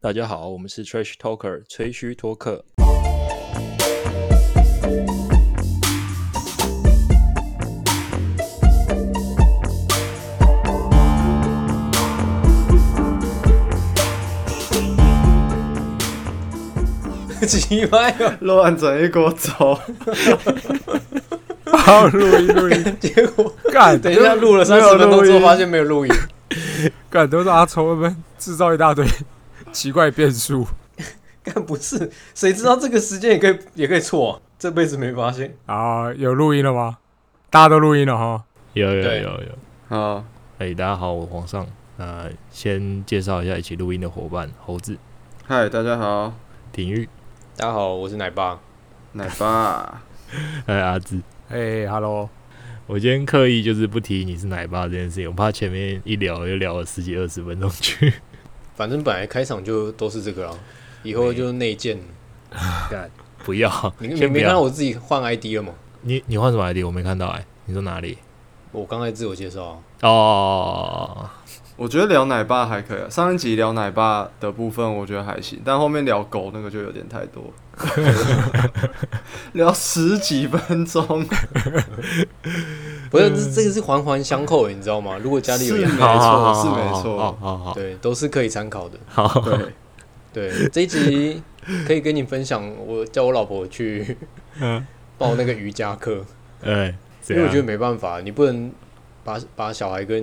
大家好，我们是 Trash Talker 吹嘘托客。 奇怪哦，乱整一锅 粥，好录音录音， 结果干，等一下录了三十分钟之后，发现没有录音。干都是阿丑他们制造一大堆 奇怪变数。 干不是，谁知道这个时间也可以也可以错、啊，这辈子没发现。啊，有录音了吗？大家都录音了哈。有有对有有，啊，哎、大家好，我皇上。那先介绍一下一起录音的伙伴猴子、嗨，大家好，廷玉、大家好，我是奶爸。奶爸，还有阿志。哎，Hello，我今天刻意就是不提你是奶爸这件事情，我怕前面一聊就聊了十几二十分钟去。 反正本来开场就都是这个啊，以后就内建。干，不要，你你先不没看到要。我自己换 ID 了吗？你你换什么 ID？我没看到哎、你说哪里？我刚才自我介绍啊，哦，我觉得聊奶爸还可以、啊，上一集聊奶爸的部分我觉得还行，但后面聊狗那个就有点太 多，聊十几分 钟，不是，这这个是环环相扣的，你知道吗？如果家里有是养，没好好好错，是好没好好错，好好对，都是可以参考的。好好，对，对，这一集可以跟你分享，我叫我老婆去嗯，报那个瑜伽课，哎，因啊怎为我觉得样？没办法，你不能把把小孩跟，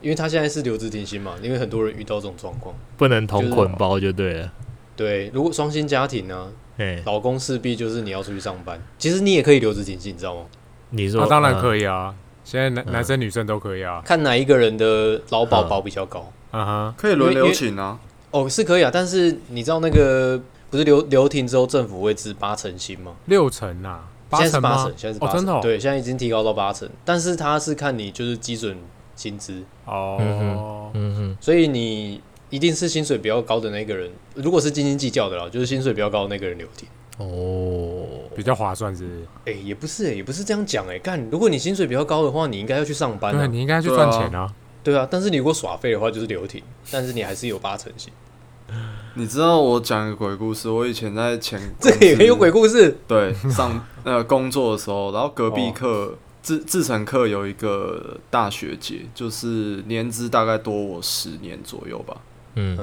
因为他现在是留职停薪嘛，因为很多人遇到这种状况。不能同就是捆包就对了。对，如果双薪家庭呢、哎，老公势必就是你要出去上班，其实你也可以留职停薪，你知道吗？你说那当然嗯可以啊，现在男嗯男生女生都可以啊。看哪一个人的劳保保比较高。嗯哼，可以轮流请啊，哦，是可以啊，但是你知道那个不是留留停之后，政府会支八成薪吗？六成啊，八现在是成八吗成，？现在是八哦成，真的哦对，现在已经提高到八成，但是它是看你就是基准薪资，嗯哦，嗯哼，所以你一定是薪水比较高的那个人，如果是斤斤计较的啦，就是薪水比较高的那个人留停。嗯哦，比较划算是不是？哎、也不是、欸，也不是这样讲哎、干，如果你薪水比较高的话，你应该要去上班啊对，，你应该去赚钱啊。对啊，但是你如果耍废的话，就是留停，但是你还是有八成薪，你知道我讲一个鬼故事，我以前在前这公司也很有鬼故事。对，上 呃工作的时候，然后隔哦壁课自自成课有一个大学姐，就是年资大概多我十年左右吧。嗯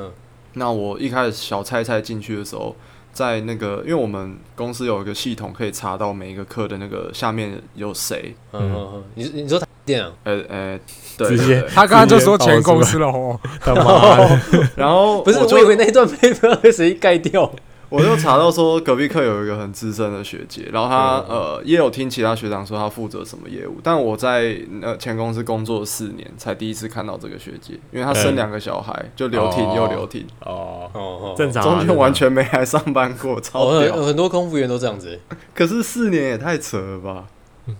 那我一开始小菜菜进去的时候，在那个因为我们公司有一个系统可以查到每一个课的那个下面有谁，嗯嗯嗯，你你说台积电啊？呃呃，对直对接对他刚刚就说前公司 了哦，他妈 的，然后不是，我就我以为那一段被不知道被谁盖掉。我就查到说隔壁课有一个很资深的学姐，然后嗯她呃也有听其他学长说她负责什么业务，但我在呃前公司工作四年才第一次看到这个学姐，因为她嗯生两个小孩，就留停又留停，哦，哦哦，正常啊，中正间常完全没来上班过，超哦，屌。很很多空服员都这样子，可是四年也太扯了吧？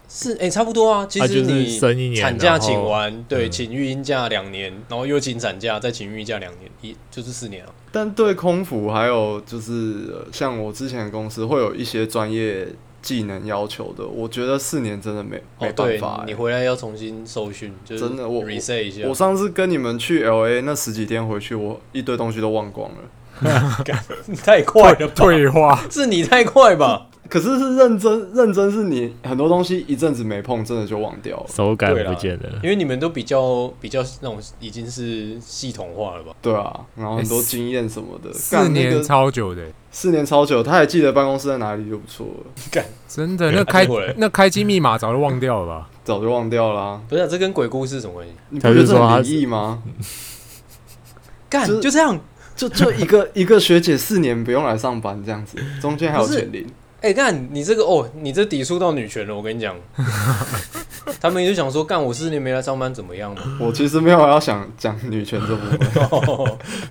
是哎、差不多啊。其啊实就是你生一年产假然后请完，对，嗯请育婴假两年，然后又请产假，再请育婴假两年，一就是四年啊。但对空服还有就是、呃像我之前的公司会有一些专业技能要求的，我觉得四年真的没没哦，办对法、欸，你回来要重新受训，就是真的我 reset 一下 我。上次跟你们去 L A 那十几天回去，我一堆东西都忘光了。你太快了退吧？退化，是你太快吧？可是是认真，认真是你很多东西一阵子没碰，真的就忘掉了。手感对啦不见了，因为你们都比较比较那种已经是系统化了吧？对啊，然后很多经验什么的，干哎四那年个超久的，四年超久，他还记得办公室在哪里就不错了，真的那开太过了那开机密码早就忘掉了吧？早就忘掉了啊、不是啊、这跟鬼故事什么关系？你不他觉是得说这他很是灵异吗？干就是就这样。就就一个一个学姐四年不用来上班这样子，中间还有不是减龄，哎、干你这个哦，你这抵触到女权了，我跟你讲。 他们就想说，干我四年没来上班怎么样嘛？我其实没有要想讲女权这部分。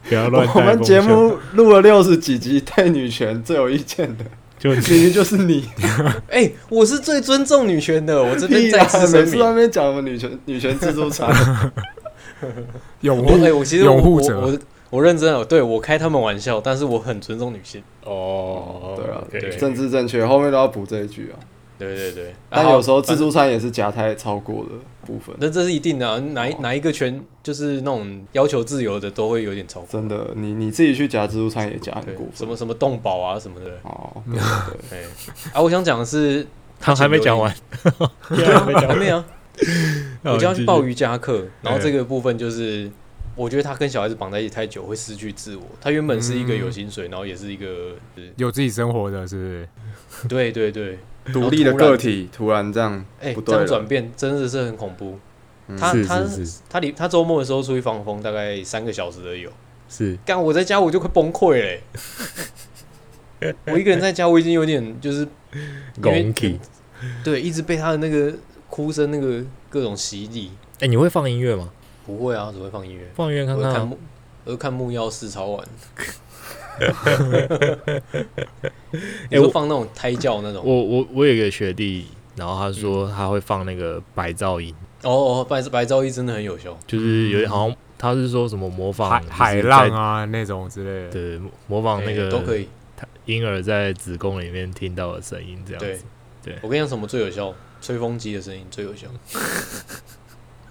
不要乱带我们风节向目录了六十几集，对女权最有意见的，就明明就是你。哎、我是最尊重女权的，我这边屁啊再啦！次每声次明。那边讲我们女权女权自助餐，拥我护哎、我其实我拥护我者我我认真了，啊对我开他们玩笑，但是我很尊重女性。哦对啊，对，政治正确，后面都要补这一句啊。对对对，但有时候自自助。助餐也是夹太超过的部分，那这是一定的、啊，哪一哦哪一个圈就是那种要求自由的，都会有点超过。真的，你你自己去夹自助餐也夹很对过，分。什么什么动保啊什么的。 哦，对对哎，啊，我想讲的 是，他还没讲完， 还没讲哦还完，没有啊，我将要去报鲍鱼加课，然后这个部分就是，我觉得他跟小孩子绑在一起太久会失去自我。他原本是一个有薪水，然后也是一 个，是有自己生活的是对对对，对，独立的个体突然这样，哎，不对这样了转变真的是很恐怖。嗯他是他是是他离他周末的时候出去放风，大概三个小时哦的有。是，干我在家我就快崩溃嘞、 我一个人在家，我已经有点就是拱起。对，一直被他的那个哭声、那个各种洗礼。哎，你会放音乐吗？不会啊，只会放音乐。放音乐我看会看看啊。木，我会看木曜四超 晚。你我说放那种胎教那种？我我我有一个学弟，然后他说他会放那个白噪音，哦哦，白白噪音真的很有效。就是有点好像他是说什么模仿海就是海在浪啊那种之类的，对，模仿那哎个都可以。婴儿在子宫里面听到的声音这样对子。对我跟你讲，什么最有效？吹风机的声音最有效，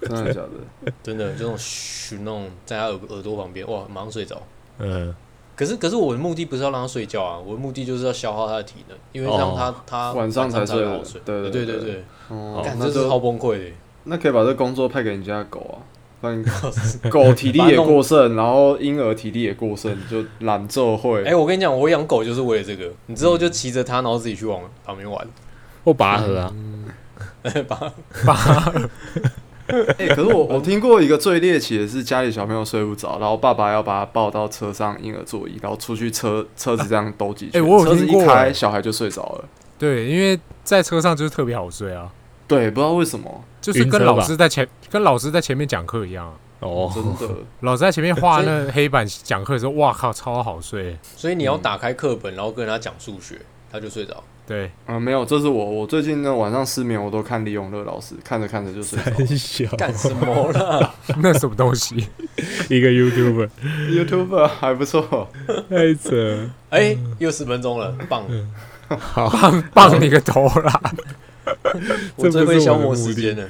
真的假的？真的，就那种嘘那种在他耳耳朵旁边，哇，马上睡着。嗯，可是，可是我的目的不是要让他睡觉啊，我的目的就是要消耗他的体能，因为让他、他哦晚上才才睡好睡。对对对对对对，哦感，那这是超就崩溃的。那可以把这工作派给你家的狗啊，反正狗体力也过剩，然后婴儿体力也过剩，就懒做会。哎、我跟你讲，我养狗就是为了这个，你之后嗯就骑着它，然后自己去往旁边玩，或拔河啊，把 哎、可是我我听过一个最猎奇的是，家里小朋友睡不着，然后爸爸要把他抱到车上婴儿座椅，然后出去车车子这样兜几圈，哎我有车子听过一开哎小孩就睡着了。 对，因为在车上就是特别好睡啊，对，不知道为什么，就是晕跟车老吧师在前跟老师在前面讲课一样啊、哦，真的，老师在前面画 那黑板讲课的时候，哇靠，超好睡。所以你嗯要打开课本，然后跟他讲数学，他就睡着。 对，嗯，没有，这是我我最近呢晚上失眠，我都看李永乐老师，看着看着就睡 着。很小干什么啦？那什么东西？ 一个 YouTuber， YouTuber 还不错，太扯。 哎、又十分钟了，棒！ 嗯好，棒棒你个头 啦！我这最不会是消我的磨目时的间了。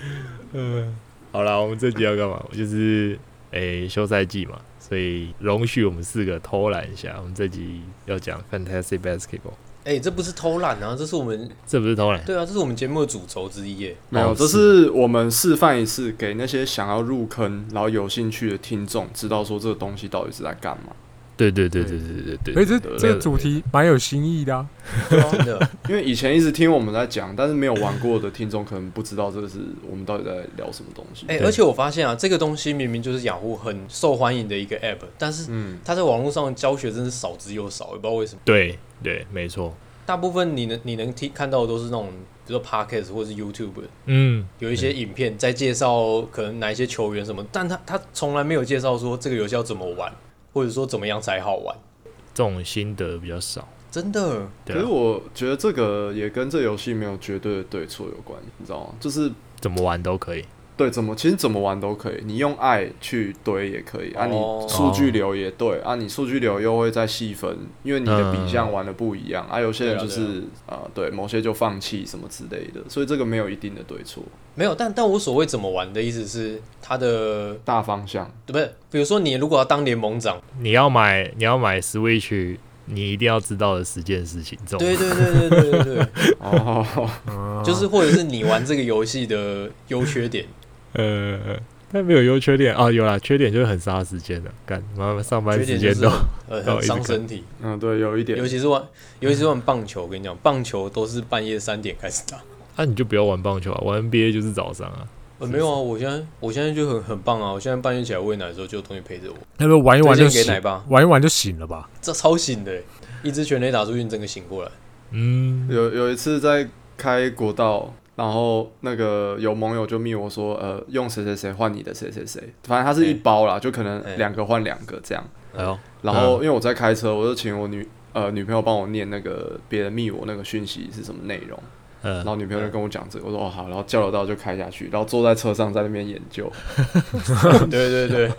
嗯，好啦，我们这集要干嘛？就是诶、休赛季嘛，所以容许我们四个偷懒一下。我们这集要讲 Fantasy Basketball，哎、这不是偷懒啊，这是我们这不是偷懒，对啊，这是我们节目的主轴之一耶。 没有，哦这是是我们示范一次给那些想要入坑然后有兴趣的听众，知道说这个东西到底是在干嘛。对对对对对对对，哎，这这个主题蛮有新意的啊。真的，因为以前一直听我们在讲，但是没有玩过的听众可能不知道这个是我们到底在聊什么东西。哎、对而且我发现啊，这个东西明明就是雅虎很受欢迎的一个 app，但是嗯，它在网络上教学真是少之又少，也不知道为什么。对对，没错，大部分你能你能听看到的都是那种，比如说 podcast 或者是 YouTube 嗯，有一些影片在介绍可能哪一些球员什么，但他他从来没有介绍说这个游戏要怎么玩，或者说怎么样才好玩，这种心得比较少。真的。对可是啊，我觉得这个也跟这游戏没有绝对的对错有关，你知道吗？就是怎么玩都可以。对，怎么其实怎么玩都可以，你用爱去堆也可以，啊，哦你数据流也对，啊，你数据流又会再细分，因为你的比项玩的不一样，啊，有些人就是啊、呃对，某些就放弃什么之类的，所以这个没有一定的对错，没有，但但我所谓怎么玩的意思是，他的大方 向。对不是？比如说你如果要当联盟长，你要买你要买 Switch，你一定要知道的十件事情，这种对对对对对对对对，哦， 嗯就是或者是你玩这个游戏的优缺点，呃，但没有优缺点啊，有啦，缺点就是很杀时间的，干妈妈上班缺时点就间是都 很呃都很一直伤看身体，嗯，对，有一点尤，其是玩尤其是玩棒球，我跟你讲，棒球都是半夜三点开始打。那、你就不要玩棒球啊，玩 NBA 就是早上啊。呃，没有啊，我现在我现在就很很棒啊！我现在半夜起来喂奶的时候，就有东西陪着我，那如果玩一推玩就荐给奶醒，爸，玩一玩就醒了吧？这超醒的欸，一支全垒打出去，你整个醒过来。嗯，有有一次在开国道。然后那个有盟友就密我说，呃，用谁谁谁换你的谁谁谁，反正他是一哎包啦，就可能哎两个换两个这样。哎呦，然后因为我在开车，我就请我女呃女朋友帮我念那个别人密我那个讯息是什么内容，呃然，后女朋友就跟我讲这个，我说哦好，然后交流道就开下去，然后坐在车上在那边研究，对对对，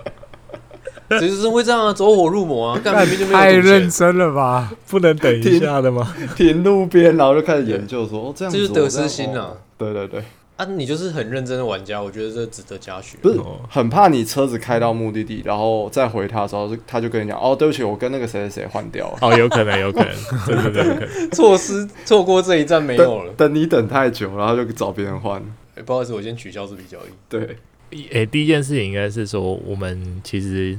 这就是会这样啊，走火入魔啊，干明明就没有太赌钱认真了吧？不能等一下的吗？ 停路边，然后就开始研究说，哦，这样这就是子得我样失心啊哦对对对，啊，你就是很认真的玩家，我觉得这值得嘉许。不是哦很怕你车子开到目的地，然后再回他的时候，就他就跟你讲，哦，对不起，我跟那个谁谁谁换掉了。 哦，有可能，有可能，真的有可能。错失错过这一站没有了等。等你等太久，然后就找别人换。哎不好意思，我先取消这笔交易。对， 诶、第一件事情应该是说，我们其实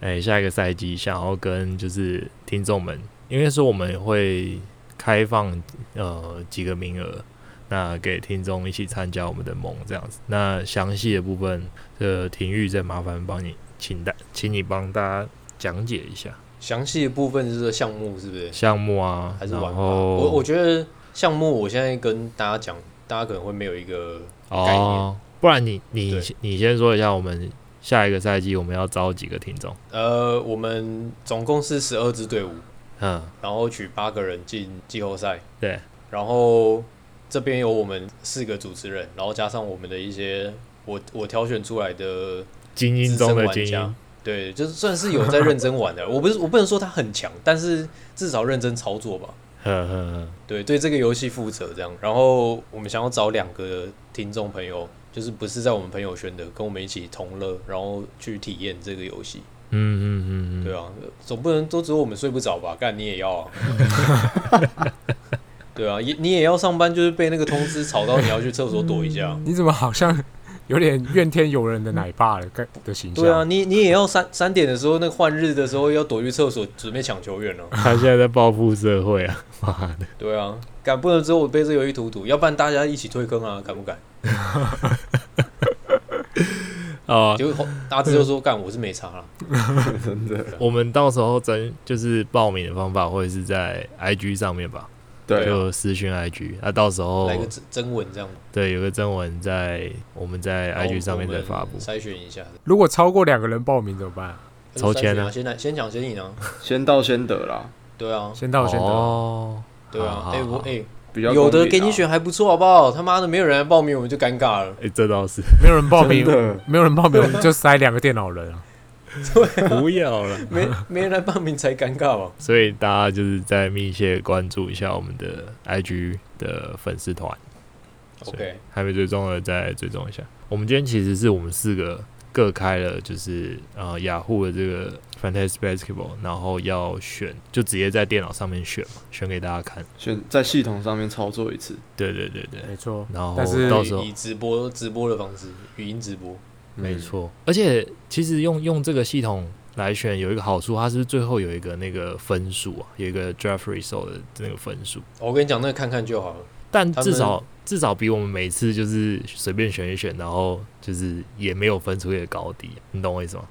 诶、下一个赛季想要跟就是听众们，因为说我们会开放呃几个名额，那给听众一起参加我们的盟这样子。那详细的部分，呃，廷玉再麻烦帮你请大，请你帮大家讲解一下详细的部分就是项目，是不是？项目啊，还是然玩法？后我我觉得项目，我现在跟大家讲，大家可能会没有一个概念哦，不然你你对你先说一下，我们下一个赛季我们要招几个听众？呃，我们总共是十二支队伍，嗯，然后取八个人进季后赛。对，然后这边有我们四个主持人，然后加上我们的一些我我挑选出来的精英资中深的玩精家英，，对，就是算是有在认真玩的。我不是我不能说他很强，但是至少认真操作吧。呵呵呵，对，对这个游戏负责这样。然后我们想要找两个听众朋友，就是不是在我们朋友圈的，跟我们一起同乐，然后去体验这个游戏。嗯嗯嗯嗯，对啊，总不能都只有我们睡不着吧？干你也要啊？ 对啊，也你也要上班，就是被那个通知吵到，你要去厕所躲一下。你怎么好像有点怨天尤人的奶爸了该的形象？对啊，，你你也要三三点的时候，那个换日的时候要躲去厕所，准备抢球员了、他现在在报复社会 啊，妈的，对啊，敢不能只有我被这游戏荼毒，要不然大家一起退坑啊，敢不敢？啊、结果大志就说干，我是没差了。真的， 我们到时候真就是报名的方法会是在 IG 上面吧，对，啊就私讯 IG，那、到时候来个真真文这样，对有个征文在我们在然后 IG 上面再发我布们，筛选一下，如果超过两个人报名怎么办？抽签啊啊，先来先抢先赢啊，先到先得啦，对啊，先到先到，哦，对好啊好，哎我好哎比较有公的平啊给你啦，选还不错，好不好？他妈的没有人来报名，我们就尴尬了。哎、这倒是没有人报名真，的没有人报名，我们就塞两个电脑人啊。 不要了。 没没人来报名才尴尬吧？所以大家就是在密切关注一下我们的 IG 的粉丝团 OK 所以还没追踪的再追踪一下。我们今天其实是我们四个各开了，就是呃雅虎的这个 Fantasy Basketball，然后要选，就直接在电脑上面选嘛，选给大家看。选在系统上面操作一次，对对对对，没 错，然后但是到时候以直播直播的方式，语音直播，没错，而且其实用用这个系统来选有一个好处，它是不是最后有一个那个分数啊，有一个 draft result 的那个分数。我跟你讲，那个看看就好了。但他至们少至少比我们每次就是随便选一选，然后就是也没有分出一个高低，你懂我意思吗？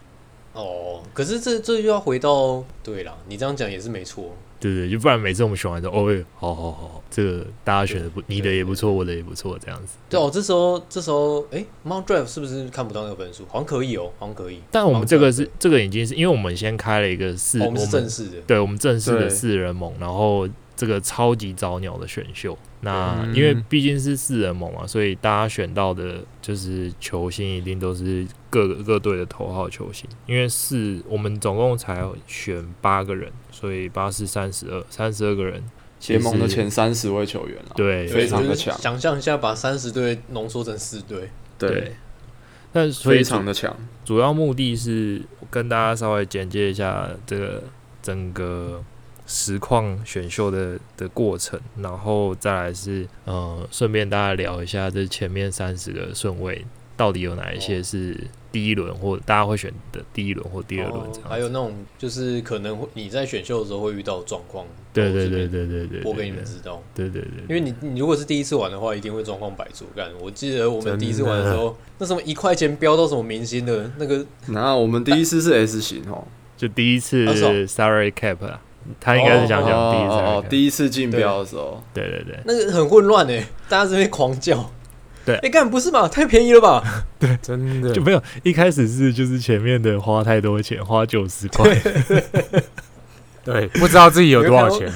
哦，可是这这又要回到对啦，你这样讲也是没错。对对，就不然每次我们选完之后，哦，喂好好好好，这个大家选的不，对你的也不错，我的也不错，这样子。对哦，这时候这时候，哎，Mount Drive 是不是看不到那个分数？好像可以哦，好像可以。但我们这个好是这个已经是因为我们先开了一个四，哦我们是正式的，对我们正式的对四人盟，然后这个超级早鸟的选秀，那嗯因为毕竟是四人盟嘛，所以大家选到的就是球星一定都是各个各队的头号球星，因为四我们总共才选八个人，所以八四三十二，三十二个人，其联实盟的前三十位球员啦，对非常的的强想象一下，把三十队浓缩成四队，对，。但所以非主常的强，主要目的是跟大家稍微简介一下这个整个实况选秀的的过程，然后再来是呃，顺便大家聊一下这前面三十个顺位到底有哪一些是第一轮或大家会选的第一轮或第二轮这哦样子、还有那种就是可能会你在选秀的时候会遇到的状况，对我对这对边对对对，播给你们知道。对。对对对因为你你如果是第一次玩的话，一定会状况百出。干，我记得我们第一次玩的时候，那什么一块钱飙到什么明星的那个，那我们第一次是 S 型 哦，就第一次二手 Sorry Cap 啊，他应该是想哦讲第一次哦 Sorry 哦 Cap，第一次竞标的时候，对对对，那个很混乱哎、大家这边狂叫。对哎、干不是吧？太便宜了吧？ 真的就没有一开始是就是前面的花太多钱，花九十块，对，不知道自己有多少钱。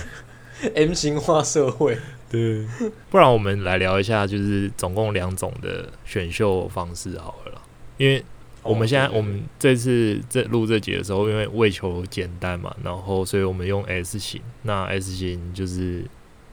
M 型化社会，对，不然我们来聊一下，就是总共两种的选秀方式好了啦。因为我们现在哦对对我们这次这录这集的时候，因为为求简单嘛，然后所以我们用 S 型。那 S 型就是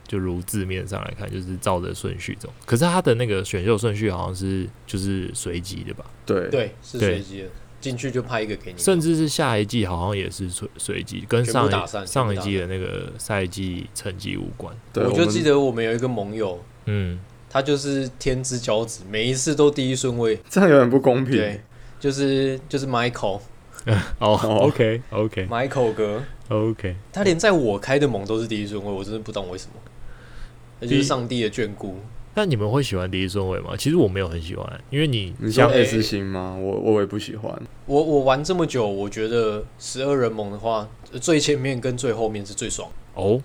就如字面上来看，就是照着顺序走。可是它的那个选秀顺序好像是就是随机的吧？对对，是对随机的，进去就派一个给你，甚至是下一季好像也是随随机，跟全部上打一散全上部一打季的那个赛季成绩无关。对，我就们记得我们有一个盟友，嗯，他就是天之骄子，每一次都第一 顺位，这样有点不公平。对，就是就是 Michael 哦哦，OK OK Michael 哥， OK，他连在我开的盟都是第一顺位，我真的不懂为什么，那就是上帝的眷顾。那你们会喜欢第一顺位吗？其实我没有很喜欢，因为你你说像说 S 型吗？我我也不喜欢。我我玩这么久，我觉得十二人盟的话，最前面跟最后面是最爽，哦，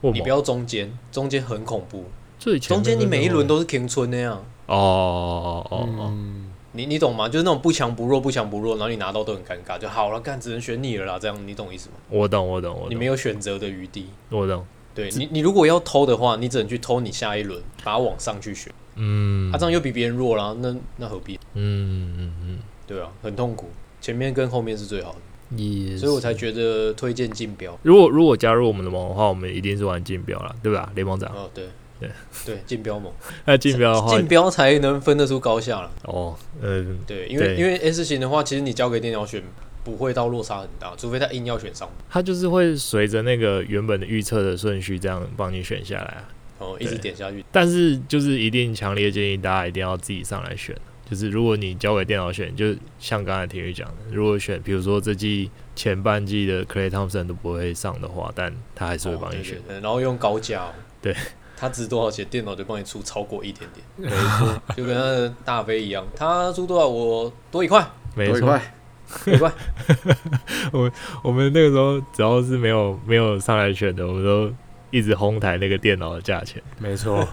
我你不要中间，中间很恐怖，最前中面间那你个每一轮吗都是停村那样。哦哦哦哦哦，嗯，你你懂吗？就是那种不强不弱，不强不弱，然后你拿到都很尴尬，就好了，干只能选你了啦，这样你懂意思吗？我懂我懂我你懂，没有选择的余地。我懂，对你，你如果要偷的话，你只能去偷你下一轮，把它往上去选，啊嗯，他、这样又比别人弱啦，那那何必？嗯嗯对啊，很痛苦。前面跟后面是最好的，嗯，也，所以我才觉得推荐竞标。如果如果加入我们的盟的话，我们一定是玩竞标啦，对吧？联盟长，哦，对对对，竞标盟，那竞标的话，竞标才能分得出高下了。哦，嗯，对，因对为因为 S 型的话，其实你交给电脑选不会到落差很大，除非他硬要选上，它就是会随着那个原本的预测的顺序这样帮你选下来啊。哦，一直对点下去。但是就是一定强烈建议大家一定要自己上来选。就是如果你交给电脑选，就像刚才体育讲的，如果选比如说这季前半季的 Clay Thompson 都不会上的话，但他还是会哦帮对你对选。对然后用高价、哦，对，它值多少钱，电脑就帮你出超过一点点，就跟他的大飞一样，他出多少我多一块，没多一错，块，多一块。我们那个时候只要是没有没有上来选的，我们都一直哄抬那个电脑的价钱。没错，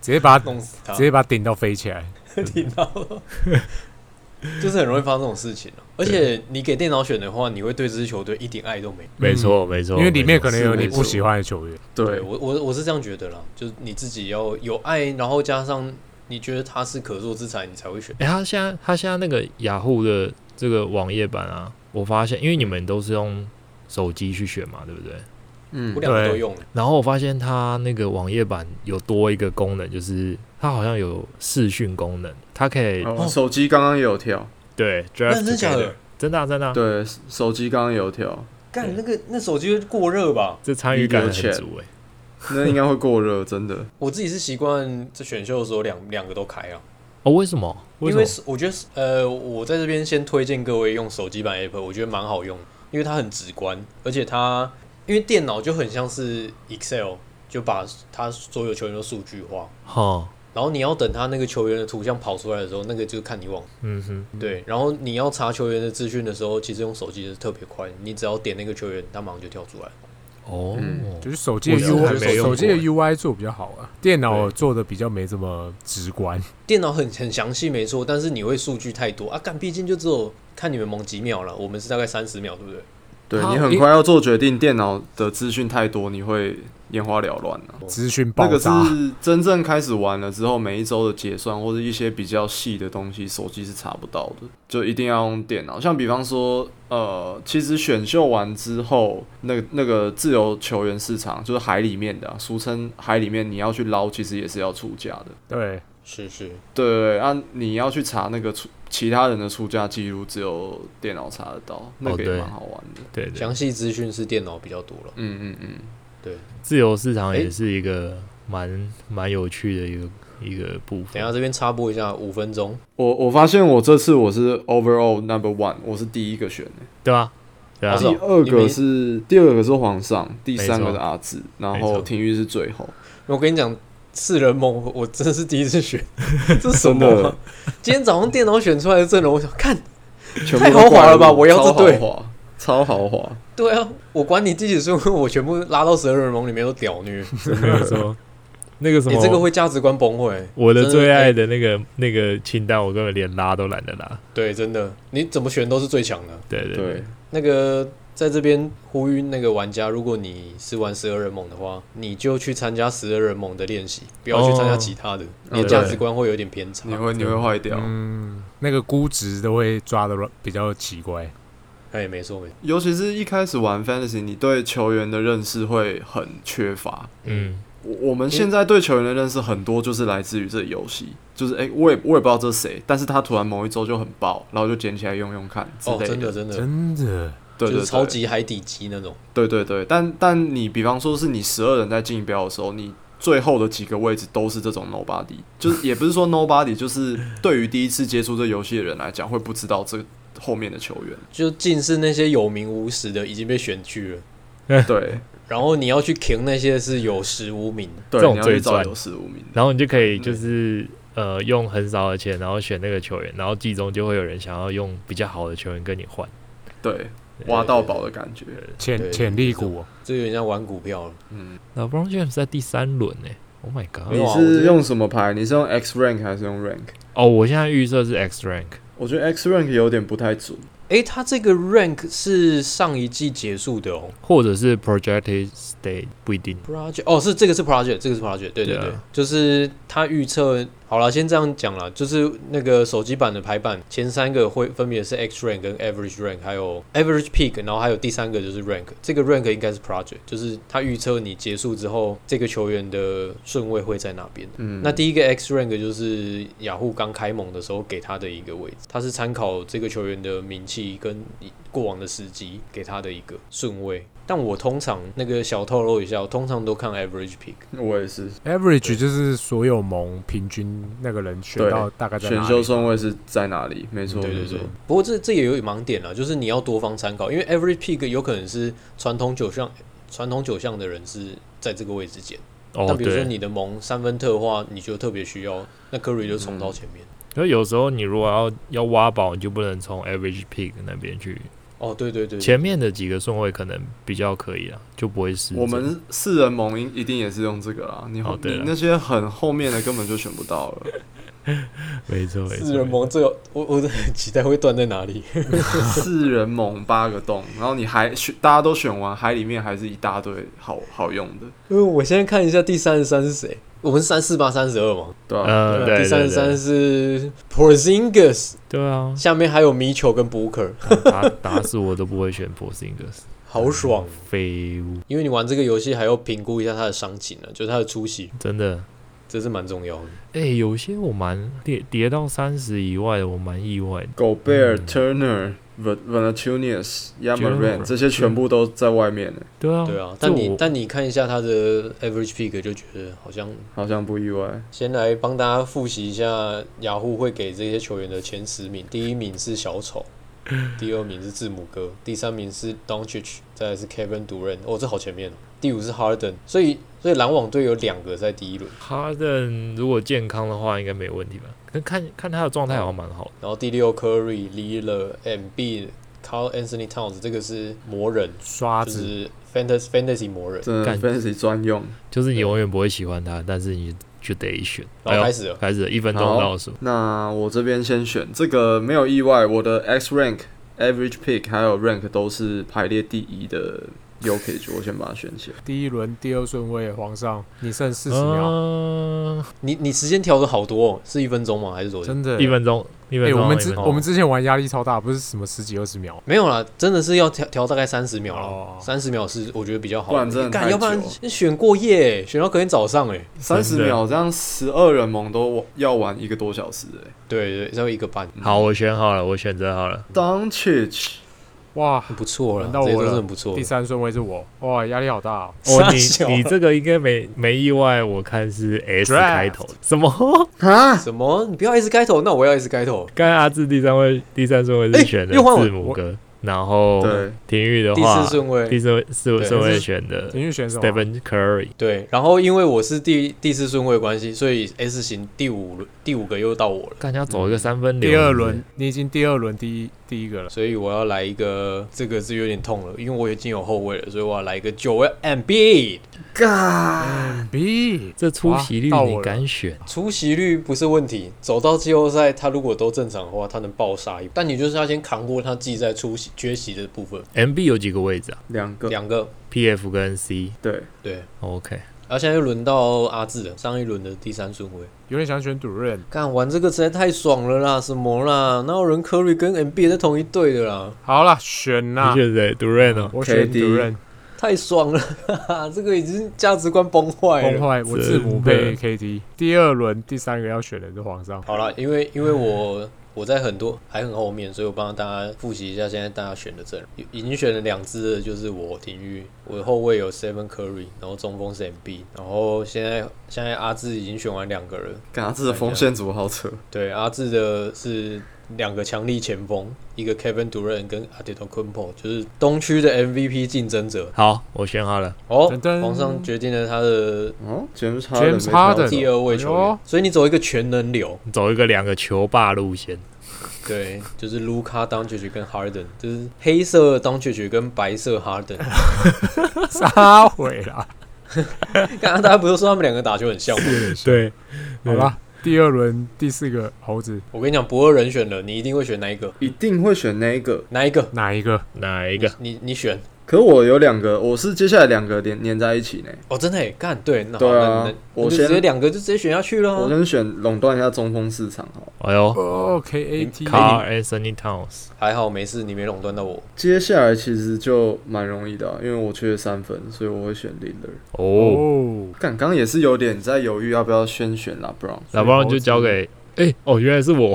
直接把它弄死他，直接把它顶到飞起来。 听到了，就是很容易发生这种事情、啊、而且你给电脑选的话，你会对这支球队一点爱都没有。没错，没错，因为里面没可能有你没错哦不喜欢的球员。对，我我我是这样觉得啦，就是你自己要有爱，然后加上你觉得他是可做之才，你才会选。哎、他现在他现在那个雅虎的这个网页版啊，我发现，因为你们都是用手机去选嘛，对不对？嗯我，两个都用了，然后我发现它那个网页版有多一个功能，就是它好像有视讯功能，它可以、哦手机刚刚也有跳，对 drive 那真的假的 together？真的啊、真的啊、对，手机刚刚也有跳， 干那个那手机会过热吧？这参与感很 Video chat 足哎、那应该会过热，真的。我自己是习惯在选秀的时候两两个都开啊，哦，为什么？为因什么为？是我觉得是呃，我在这边先推荐各位用手机版 app，我觉得蛮好用，因为它很直观，而且它因为电脑就很像是 Excel，就把它所有球员都数据化，哈，然后你要等它那个球员的图像跑出来的时候，那个就看你网嗯哼，对，然后你要查球员的资讯的时候，其实用手机是特别快，你只要点那个球员，它马上就跳出来。哦，嗯就是手机的我我还 UI，没用手过机的 UI 做比较好啊，电脑做的比较没这么直观。电脑很很详细，没错，但是你会数据太多啊，干，毕竟就只有看你们蒙几秒了，我们是大概三十秒，对不对？对好你很快要做决定，电脑的资讯太多，你会眼花缭乱啊。资讯那爆个炸，是真正开始玩了之后，每一周的结算或者一些比较细的东西，手机是查不到的，就一定要用电脑。像比方说，呃，其实选秀完之后，那那个自由球员市场就是海里面的啊、俗称海里面，你要去捞，其实也是要出价的。对，是是，对对，啊，你要去查那个出其他人的出价记录，只有电脑查得到，那个也对蛮好玩的。对对，详细资讯是电脑比较多了。嗯嗯嗯，自由市场诶也是一个蛮蛮有趣的一个一个部分。等一下这边插播一下，五分钟。我我发现我这次我是 overall number one，我是第一个选的。对吧、对啊哦，是哦第二你没个是第二个是皇上，第三个没是错阿志，然没后错廷玉是最 后。我跟你讲，四人盟我我真的是第一次选，这是什真么的啊、今天早上电脑选出来的阵容，我想看，全部太都豪华怪了吧物我要这队超豪华，超豪华。对啊，我管你第几顺位，我全部拉到十二人盟里面都屌虐，没有 错。那个什你、么，这个会价值观崩溃。我的真最爱哎的那个那个清单，我根本连拉都懒得拉。对，真的，你怎么选都是最强的。对对对，那个在这边呼吁那个玩家，如果你是玩十二人盟的话，你就去参加十二人盟的练习，不要去参加其他的，你的价值观会有点偏差你。会你会坏掉。嗯，那个估值都会抓的比较奇怪。哎，没错没错，尤其是一开始玩 Fantasy，你对球员的认识会很缺乏。嗯，我我们现在对球员的认识很多就是来自于这个游戏，就是哎、诶我也我也不知道这是谁，但是他突然某一周就很爆，然后就捡起来用用看之哦，类真的真的，真的，对就对是对，超级海底级那种。对对对，但但你比方说是你十二人在竞标的时候，你最后的几个位置都是这种 nobody，就是 也不是说 nobody，就是对于第一次接触这游戏的人来讲，会不知道这后面的球 员。就尽是那些有名无实的已经被选去了，对然后你要去 king 那些是有实无名的。这对，种你要去最找赚有史无名的。然后你就可以就是呃用很少的钱，然后选那个球员，然后季中就会有人想要用比较好的球员跟你换。对，挖到宝的感觉。对潜潜力股哦，这有点像玩股票了。嗯，那 b r o n James 在第三轮呢、o h my 没 god！有你啊我觉是得用什么牌？你是用 X rank 还是用 rank？哦，我现在预设是 X rank，我觉得 X rank 有点不太准。诶，他这个 rank 是上一季结束的哦。或者是 Projected State，不一定。 project 哦，是这个是 project，这个是 project，对对对，嗯对啊就是他预测好了，先这样讲了，就是那个手机版的排版前三个会分别是 X rank 跟 average rank，还有 average peak，然后还有第三个就是 rank，这个 rank 应该是 project，就是他预测你结束之后这个球员的顺位会在哪边。嗯，那第一个 X rank 就是雅虎刚开盟的时候给他的一个位置，他是参考这个球员的名气跟过往的时机给他的一个顺位。但我通常那个小透露一下，我通常都看 average pick。我也是 average 就是所有盟平均那个人选对到大概在哪选里秀顺位是在哪里？没错，嗯对对没错对。，不过这这也有盲点啦，啊就是你要多方参考，因为 average pick 有可能是传统九项传统九项的人是在这个位置捡，哦，但比如说对，你的盟三分特化，你就特别需要，那 Curry 就冲到前面。可是有时候你如果要要挖宝，你就不能从 Average Pick 那边去，哦，对对对对前面的几个顺位可能比较可以啦，就不会失真。我们四人盟一定也是用这个啦，你好，哦对你啦那些很后面的根本就选不到了。 没错，没错四人盟最有，我我真的 很期待会断在哪里。四人盟八个洞，然后你还选，大家都选完，海里面还是一大堆好好用的，因为我现在看一下第三十三是谁，我们是三四八三十二嘛，对吧、呃，对，啊第对三十三对是 Porzingis，，对啊下面还有米球跟 Booker， 打打死我都不会选 p o r z i n g i s 好爽！废物，因为你玩这个游戏还要评估一下他的伤情呢、就是他的出席，真的。这是蛮重要的。哎、有些我蛮跌跌到三十以外的，我蛮意外的。狗贝尔、嗯 Turner、v a n a t u n i s Yamaran Jalen Hurts 这些全部都在外面呢，对啊，对啊，这但你我但你看一下他的 average pick 就觉得好像好像不意外。先来帮大家复习一下雅虎会给这些球员的前十名，第一名是小丑，第二名是字母哥，第三名是 Doncic，再来是 Kevin Durant，哦，这好前面哦。第五是 Harden，所以所以篮网队有两个在第一轮， Harden 如果健康的话，应该没问题吧？可看看他的状态好像蛮好的。然后第六 Curry、Lillard、MB、Carl Anthony Towns，这个是魔人，刷就子，是 Fantasy Fantasy 魔人。真的干 Fantasy 专用，就是你永远不会喜欢他，但是你就得选。哎然后开始了，开始了一分钟好倒数，那我这边先选这个没有意外，我的 X rank、Average pick 还有 rank 都是排列第一的 Yokage，我先把它选起来。第一轮第二顺位，皇上，你剩四啊十秒，嗯你你时间调的好多、哦，是一分钟吗？还是多久？真的一。分钟，一分哎，钟。我们一之分钟我们之前玩压力超大，不是什么十几二十秒，没有啦，真的是要调调大概三十秒了。哦，三十秒是我觉得比较好，不然真的干太要不然久了你选过夜、选到隔天早上哎、三十真的秒这样，十二人盟都要玩一个多小时哎、对对，稍微一个半，好，我选好了，我选择好了。 Doncic 哇，很不错了，轮这到我些了都是很不错第的。三顺位是我，哇，压力好大哦。哦，傻你小你这个应该没没意外，我看是 S Draft 开头的。什么？啊，什么？你不要 S 开头，那我要 S 开头。刚才阿志第三位第三顺位哎是选的又换我字母哥，然后对，体育的第话四，顺第位，四四对顺这位是选的陈俊选什么？ Stephen Curry。对。然后因为我是第第四顺位的关系，所以 S 型第五轮第五个又到我了，干要走一个三分流，第二是不是轮，你已经第二轮第一第一个了。所以我要来一个这个是有点痛了，因为我已经有后卫了，所以我要来一个九 M B。嘎， MB 这出席率哇到我你了敢选？出席率不是问题，走到季后赛，他如果都正常的话，他能爆杀一。但你就是要先扛过他自己在出席缺席的部分， MB 有几个位置啊两个，两个？PF 跟 C。对，对。 OK，而现在又轮到阿志了，上一轮的第三顺位。有点想选主任，干玩这个实在太爽了啦！什么啦？哪有人科瑞跟 M B 在同一队的啦？好啦，选啦你，选谁？哦杜瑞呢？我选 KD 主任，太爽了， 哈哈这个已经价值观崩坏了。崩坏，我字母真配 KD，第二轮第三个要选的是皇上，好啦，因为因为我我在很多还很后面，所以我帮大家复习一下现在大家选的阵容，已已经选了两支了，就是我廷玉，我的后卫有 Seven Curry，然后中锋是 M B，然后现在现在阿志已经选完两个人，嘎，这的锋线组好扯，对，阿志的是两个强力前锋，一个 Kevin Durant 跟 Antetokounmpo，就是东区的 MVP 竞争者。好，我选好了。哦噔，噔皇上决定了他的哦，James Harden 被挑 James 走 Harden 第二位球哎员呦，所以你走一个全能流，走一个两个球霸路线，对，就是 Luka Doncic 跟 Harden，就是黑色 Doncic 跟白色 Harden。 杀毁啦，刚刚大家不是说他们两个打球很像吗？对，好啦，第二轮第四个猴子我跟你讲，不二人选了，你一定会选哪一个？一定会选那一个。哪一个？哪一个？哪一个？你你选可我有两个，我是接下来两个连连在一起呢。哦，真的耶干对，那好对啊那那我那就先直接两个就直接选下去了我啊。先选垄断一下中锋市场好。哎呦哦，KAT， ，Car Anthony Towns，还好没事，你没垄断到 我。接下来其实就蛮容易的啊、因为我缺三分，所以我会选 l i l l a r 哦，哦，刚刚也是有点在犹豫要不要先选 LeBron，，那不然就交给哎，哦，原来是 我，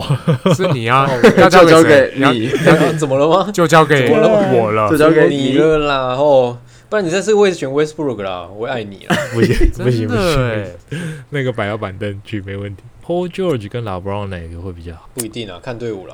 是 你啊哦要就交给给谁要你，啊怎么了吗？就 交给怎么了我了 就，交给你你。了啦，哦，不然你在这个位置选 Westbrook 啦，我会爱你啦。不行不行真不的行，欸，那个摆到板凳去没问题。Paul George 跟 LeBron 哪个会比较好？不一定啊，看队伍啦。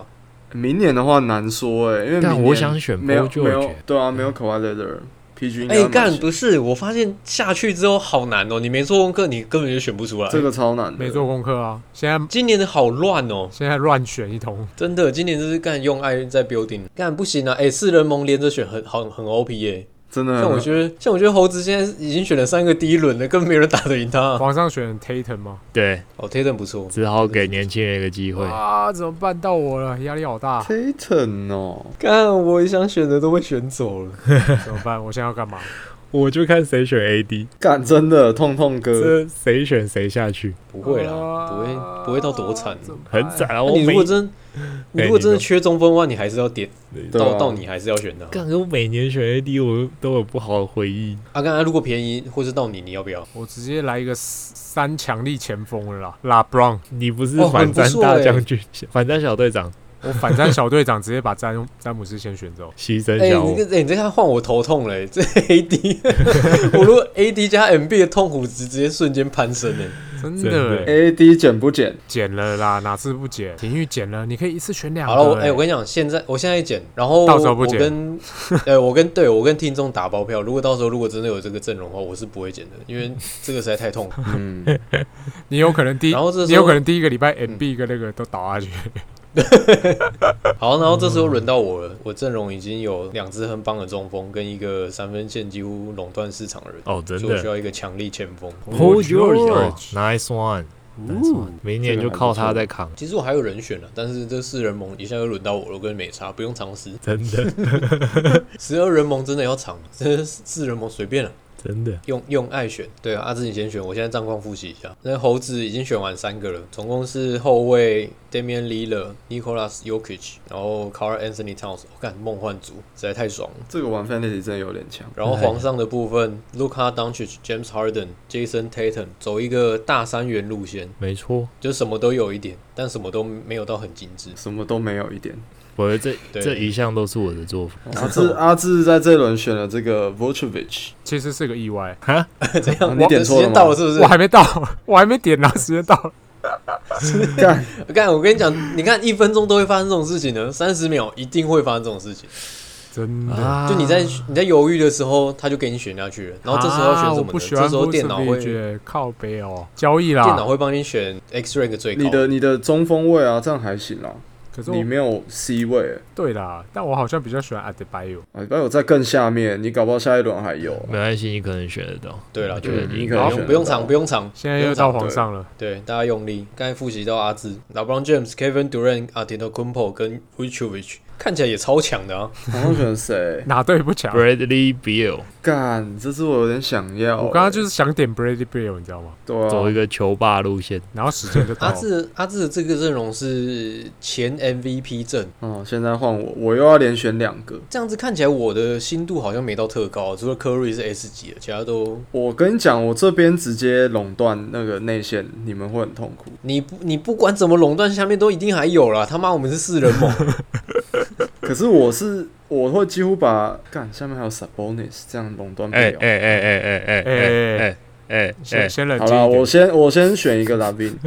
明年的话难说哎、因为明但年我想选没有 Paul 没有 George 欸嗯对啊，没有 Kawhi l e l a r PG 应该哎、蛮干喜不是，我发现下去之后好难哦，你没做功课，你根本就选不出来。这个超难的，没做功课啊，现在今年的好乱哦，现在乱选一通，真的，今年就是干用爱在 building，干不行啊！哎、四人盟连着选很很很 OP 耶、真的像我很觉得，像我觉得猴子现在已经选了三个第一轮了，根本没有人打得赢他、 皇上选 Tatum 啊吗？对，哦，Tatum 不错，只好给年轻人一个机会。啊，怎么办到我了？压力好 大， Tatum 啊哦，干我想选的都被选走了。怎么办？我现在要干嘛？我就看谁选 AD，干真的痛痛哥，这谁选谁下去，不会啦，啊不会不会到多惨。怎么办很惨啊！那我你如每果真，你如果真的缺中锋的话，你还是要点对到啊，到你还是要选他。干，我每年选 AD，我都有不好的回忆。啊，刚才如果便宜或是到你，你要不要？我直接来一个三强力前锋了啦，拉布朗，你不是哦很反不战错大欸将军， 反战小队长我反战小队长直接把詹 詹姆斯先选走，牺牲哎、小你我这哎、你这下换我头痛了、欸，这 AD，我 如果 AD 加 MB 的痛苦值直接瞬间攀升哎、真真的的欸 AD 减不 减？减了啦，哪次不减？体育减了，你可以一次选两个好欸。了，我哎、我跟你讲，现在我现在剪，然后到时候不剪我跟，哎、我跟 对我跟听众打包票，如果到时候如果真的有这个阵容的话，我是不会剪的，因为这个实在太痛。苦。嗯，你有可能第一然后这时候嗯你有可能第一个礼拜 M B 跟那个都倒下去， 好，然后这时候轮到我了， 我阵容已经有两支很棒的中锋跟一个三分线几乎垄断市场的人，哦，真所以我需的。要一个强力前锋。 Paul George，哦 George ，Nice one，Nice one，明年就靠他在扛，其实我还有人选了，啊但是这四人盟一下就轮到我了，我跟美差不用尝试。真的，十二人盟真的要长，这四人盟随便啊了，真 的。用用爱选。对啊，阿志你先选，我现在战况复习一下。那猴子已经选完三个了，总共是后卫 Damian l i l l a r Nicolas Jokic，然后 Carl Anthony Towns，我看梦幻组实在太爽了。这个玩 Fantasy 真的有点强，然后皇上的部分，Luka Doncic、James Harden、Jason Tatum 走一个大三元路线，没错，就什么都有一点，但什么都没有到很精致。什么都没有一点。我的这对这一项都是我的作啊风。阿志阿志在这轮选了这个 Vucevic，其实是个意外。怎啊样？你我点时错了间吗到了是不是我？还没到，我还没点呢，时间到了。 干我看，我跟你讲，你看一分钟都会发生这种事情的，三十秒一定会发生这种事情。真的。啊就你在你在犹豫的时候，他就给你选下去了。然后这时候要选啊什我么呢？不喜欢这时候电脑会 Vucevic 电耶靠背哦，交易啦。脑会帮你选 X rank 最高。你的你的中锋位啊，这样还行啦。可是我你没有 C 位欸，对啦，但我好像比较喜欢阿德拜哟。啊，不然我在更下面，你搞不好下一轮还有 啊。没关系，你可能选得到。对啦我觉得对你你可可不能能好选用得不用到藏，不用藏，现在又到皇上了，？对大家用力。刚才复习到阿兹、LeBron James、Kevin Durant、a r t e t o k u m p o 跟 w i c h o v i c h 看起来也超强的啊。好像选谁哪队不强？ Bradley Beal 干，这次我有点想哦要欸。我刚刚就是想点 Brady Bill，你知道吗？对啊，走一个球霸路线，然后时间就到阿了。兹阿兹的这个阵容是前 MVP 阵，哦，现在换我，我又要连选两个。这样子看起来我的心度好像没到特高，除了 Curry 是 S 级的，其他都我跟你讲，我这边直接垄断那个内线，你们会很痛 苦。你不你不管怎么垄断，下面都一定还有啦。他妈我们是四人盟，可是我是我会几乎把干下面还有 Sabonis 这样垄断不哎哎了。哎哎哎哎哎哎哎先 哎，先冷好静啦，一我点。先我先选一个拉宾，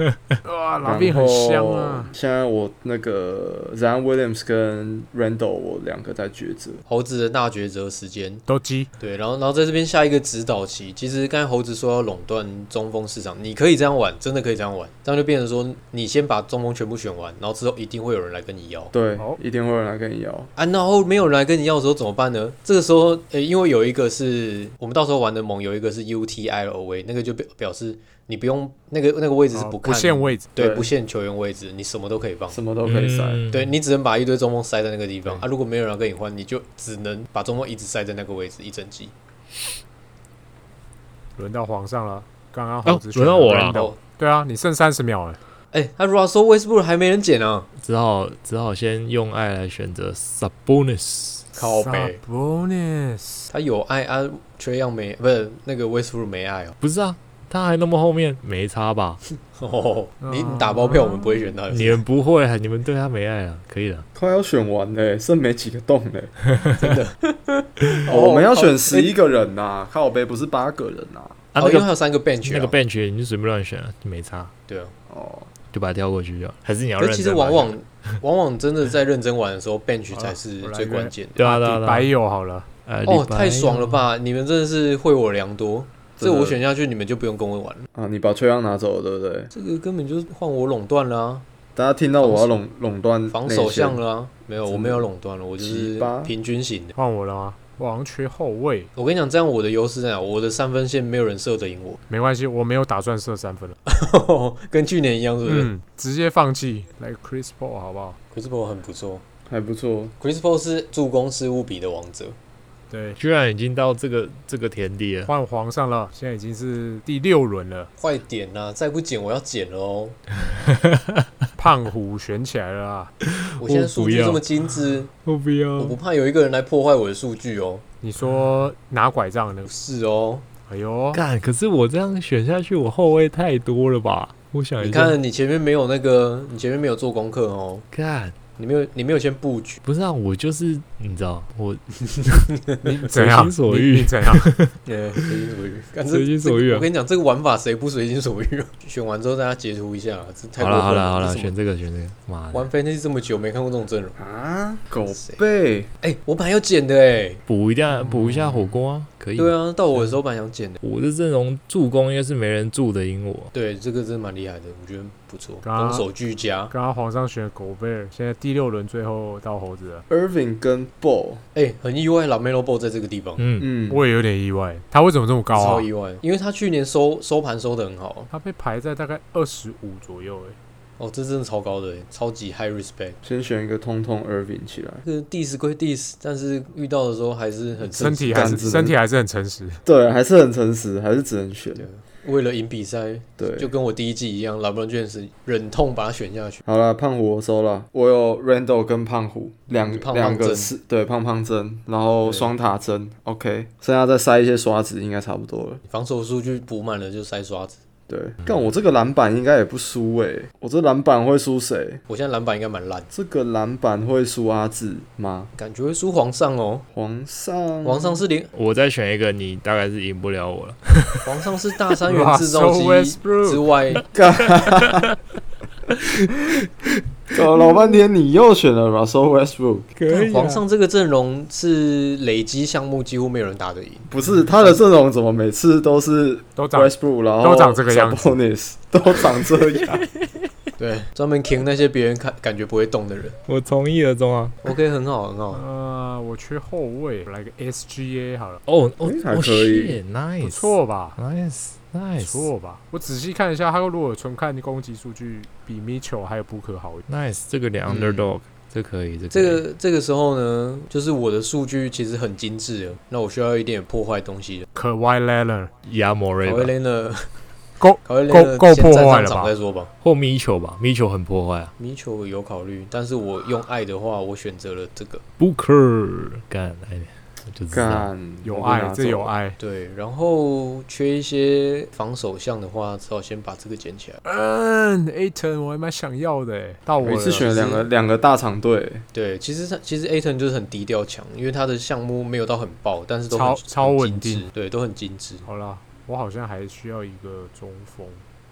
哇，老兵很香啊！！现在我那个 Zion Williams 跟 Randall，我两个在抉择。猴子的大抉择时间。都鸡，对，然后然后在这边下一个指导期，其实刚才猴子说要垄断中锋市场，你可以这样玩，真的可以这样玩，这样就变成说你先把中锋全部选完，然后之后一定会有人来跟你要。对好，一定会有人来跟你要。啊，然后没有人来跟你要的时候怎么办呢？这个时候，呃，因为有一个是我们到时候玩的盟，有一个是 UTILOA，那个就表表示你不用那个那个位置是哦看，限位置，对，对不限球员位置，你什么都可以放。什么都可以塞。嗯对，你只能把一堆中锋塞在那个地方啊！如果没有人要跟你换，你就只能把中锋一直塞在那个位置一整季。轮到皇上了。刚刚猴子哦选轮到我了 Randall 对啊，你剩三十秒了。哎、他 Russell Westbrook 还没人捡啊！只好只好先用爱来选择 Sabonis。靠北 bonus，他有爱啊，缺样没不是那个 Westbrook 没爱哦。不是啊，他还那么后面，没差吧？哦，你你打包票我们不会选他的，你们不会啊，你们对他没爱啊，可以了。快要选完嘞，剩没几个洞嘞。真的。 哦，我们要选十一，一个人呐、靠北不是八个人呐、啊，哦，那因为还个有三个 bench，、啊、那个 bench 你就随便乱选啊，就没差，对啊。哦，就把它跳过去就好。还是你要可认是真。其实往往往往真的在认真玩的时候，bench 好了才是我来最约关键的。对啊对啊底对白啊友好了，啊哦，礼拜太爽了啊！吧！你们真的是惠我良多。这真的我选下去，你们就不用跟我玩了。啊，你把崔杨拿走了，对不对？这个根本就是换我垄断啦、大家听到我要垄垄断防内守线项啦、没有，真我的没有垄断了，我就是奇葩平均型的。换我了吗？我好像缺后卫，我跟你讲，这样我的优势在哪？我的三分线没有人射得赢没关系，我没有打算射三分了。我， 跟去年一样，是不是？嗯，直接放弃，来 Chris Paul 好不好？ Chris Paul 很不错还不错。 ，Chris Paul 是助攻失误比的王者。对，居然已经到这个这个田地了，换皇上了，现在已经是第六轮了。快点呐、再不捡我要捡了哦！胖虎选起来了啊！我现在哦数据这么精致，我不我要不怕有一个人来破坏我的数据哦。你说拿拐杖那个？是哦，哎呦，干。可是我这样选下去，我后卫太多了吧？我想你一下，看你前面没有那个，你前面没有做功课哦，干你没有你没有先布局， 不是啊，我就是你知道，我你怎样？随心所你欲你怎 样？呃，随心所欲，干这随心所欲这啊我跟你讲，这个玩法谁不随心所欲啊？选完之后大家截图一下，这太好过了好分了好了，这什么选这个选这个，妈的玩，fantasy 这么久没看过这种阵容，啊，狗谁贝，哎，我本来要捡的哎，补一下补一下火锅啊，可以。嗯对，啊，到我的时候本来想捡的，我的阵容助攻应该是没人助的赢我。对，这个真的蛮厉害的，我觉得不错，刚攻守俱佳。刚刚皇上选狗贝尔，现在第六轮最后到猴子了， Irving 跟 Ball，哎、很意外，老梅罗 b 在这个地方、嗯，嗯，我也有点意外，他为什么这么高超啊？意外，因为他去年收收盘收的很好他被排在大概二十五左右，哎，哦，这真的超高的，超级 high respect。先选一个通通 Irving 起来。这 diss 归 diss，但是遇到的时候还是很身诚实体还是干子身体还是很诚实。对，还是很诚实，还是只能选。对为了赢比赛，对，就跟我第一季一样，老布朗 James 忍痛把他选下去。好了，胖虎我收了，我有 Randall 跟胖虎两嗯胖胖两个针是，对，胖胖针，然后对双塔针，OK，剩下再塞一些刷子，应该差不多了。防守数据补满了就塞刷子。对，但我这个篮板应该也不输诶、我这篮板会输谁？我现在篮板应该蛮烂，这个篮板会输阿志吗？感觉会输皇上哦。皇上，皇上是连我再选一个，你大概是赢不了我了。皇上是大三元制 造机之 Westbrook 外，搞老半天，你又选了 Russell Westbrook，可啊皇上这个阵容是累积项目几乎没有人打得 赢。不是他的阵容怎么每次都是都涨啊 Westbrook，然后都长这个样子 Sabonis 都长这样，对，专门 king 那些别人看感觉不会动的人。我从一而终啊。 OK，很好，很好。呃，我缺后卫，来个 SGA 好了，哦哦诶还哦，可以 shit，不 nice，错吧？ ，nice 不 nice 错吧？我仔细看一下，他如果纯看攻击数据，比米球还有布克好一点。 nice，这个两嗯 underdog，这可以，这这可以个这个时候呢，就是我的数据其实很精致了，那我需要一点破坏东西了。可 Y l e n a 亚莫瑞考威吧，雷呢？ 够考威雷够够先站破坏上了吧场再说吧。或米球吧，米球很破坏啊。米球有考虑，但是我用爱的话，我选择了这个。 Booker 干，哎，我就知道。干有爱，这有，爱。对，然后缺一些防守项的话，只好先把这个捡起来。嗯，Aton 我还蛮想要的欸，到我被我拿走我一次选了了两个两个大长队，对，其实他其实 Aton 就是很低调强，因为他的项目没有到很爆，但是都很超很超精稳致定，对，都很精致。好啦，我好像还需要一个中锋。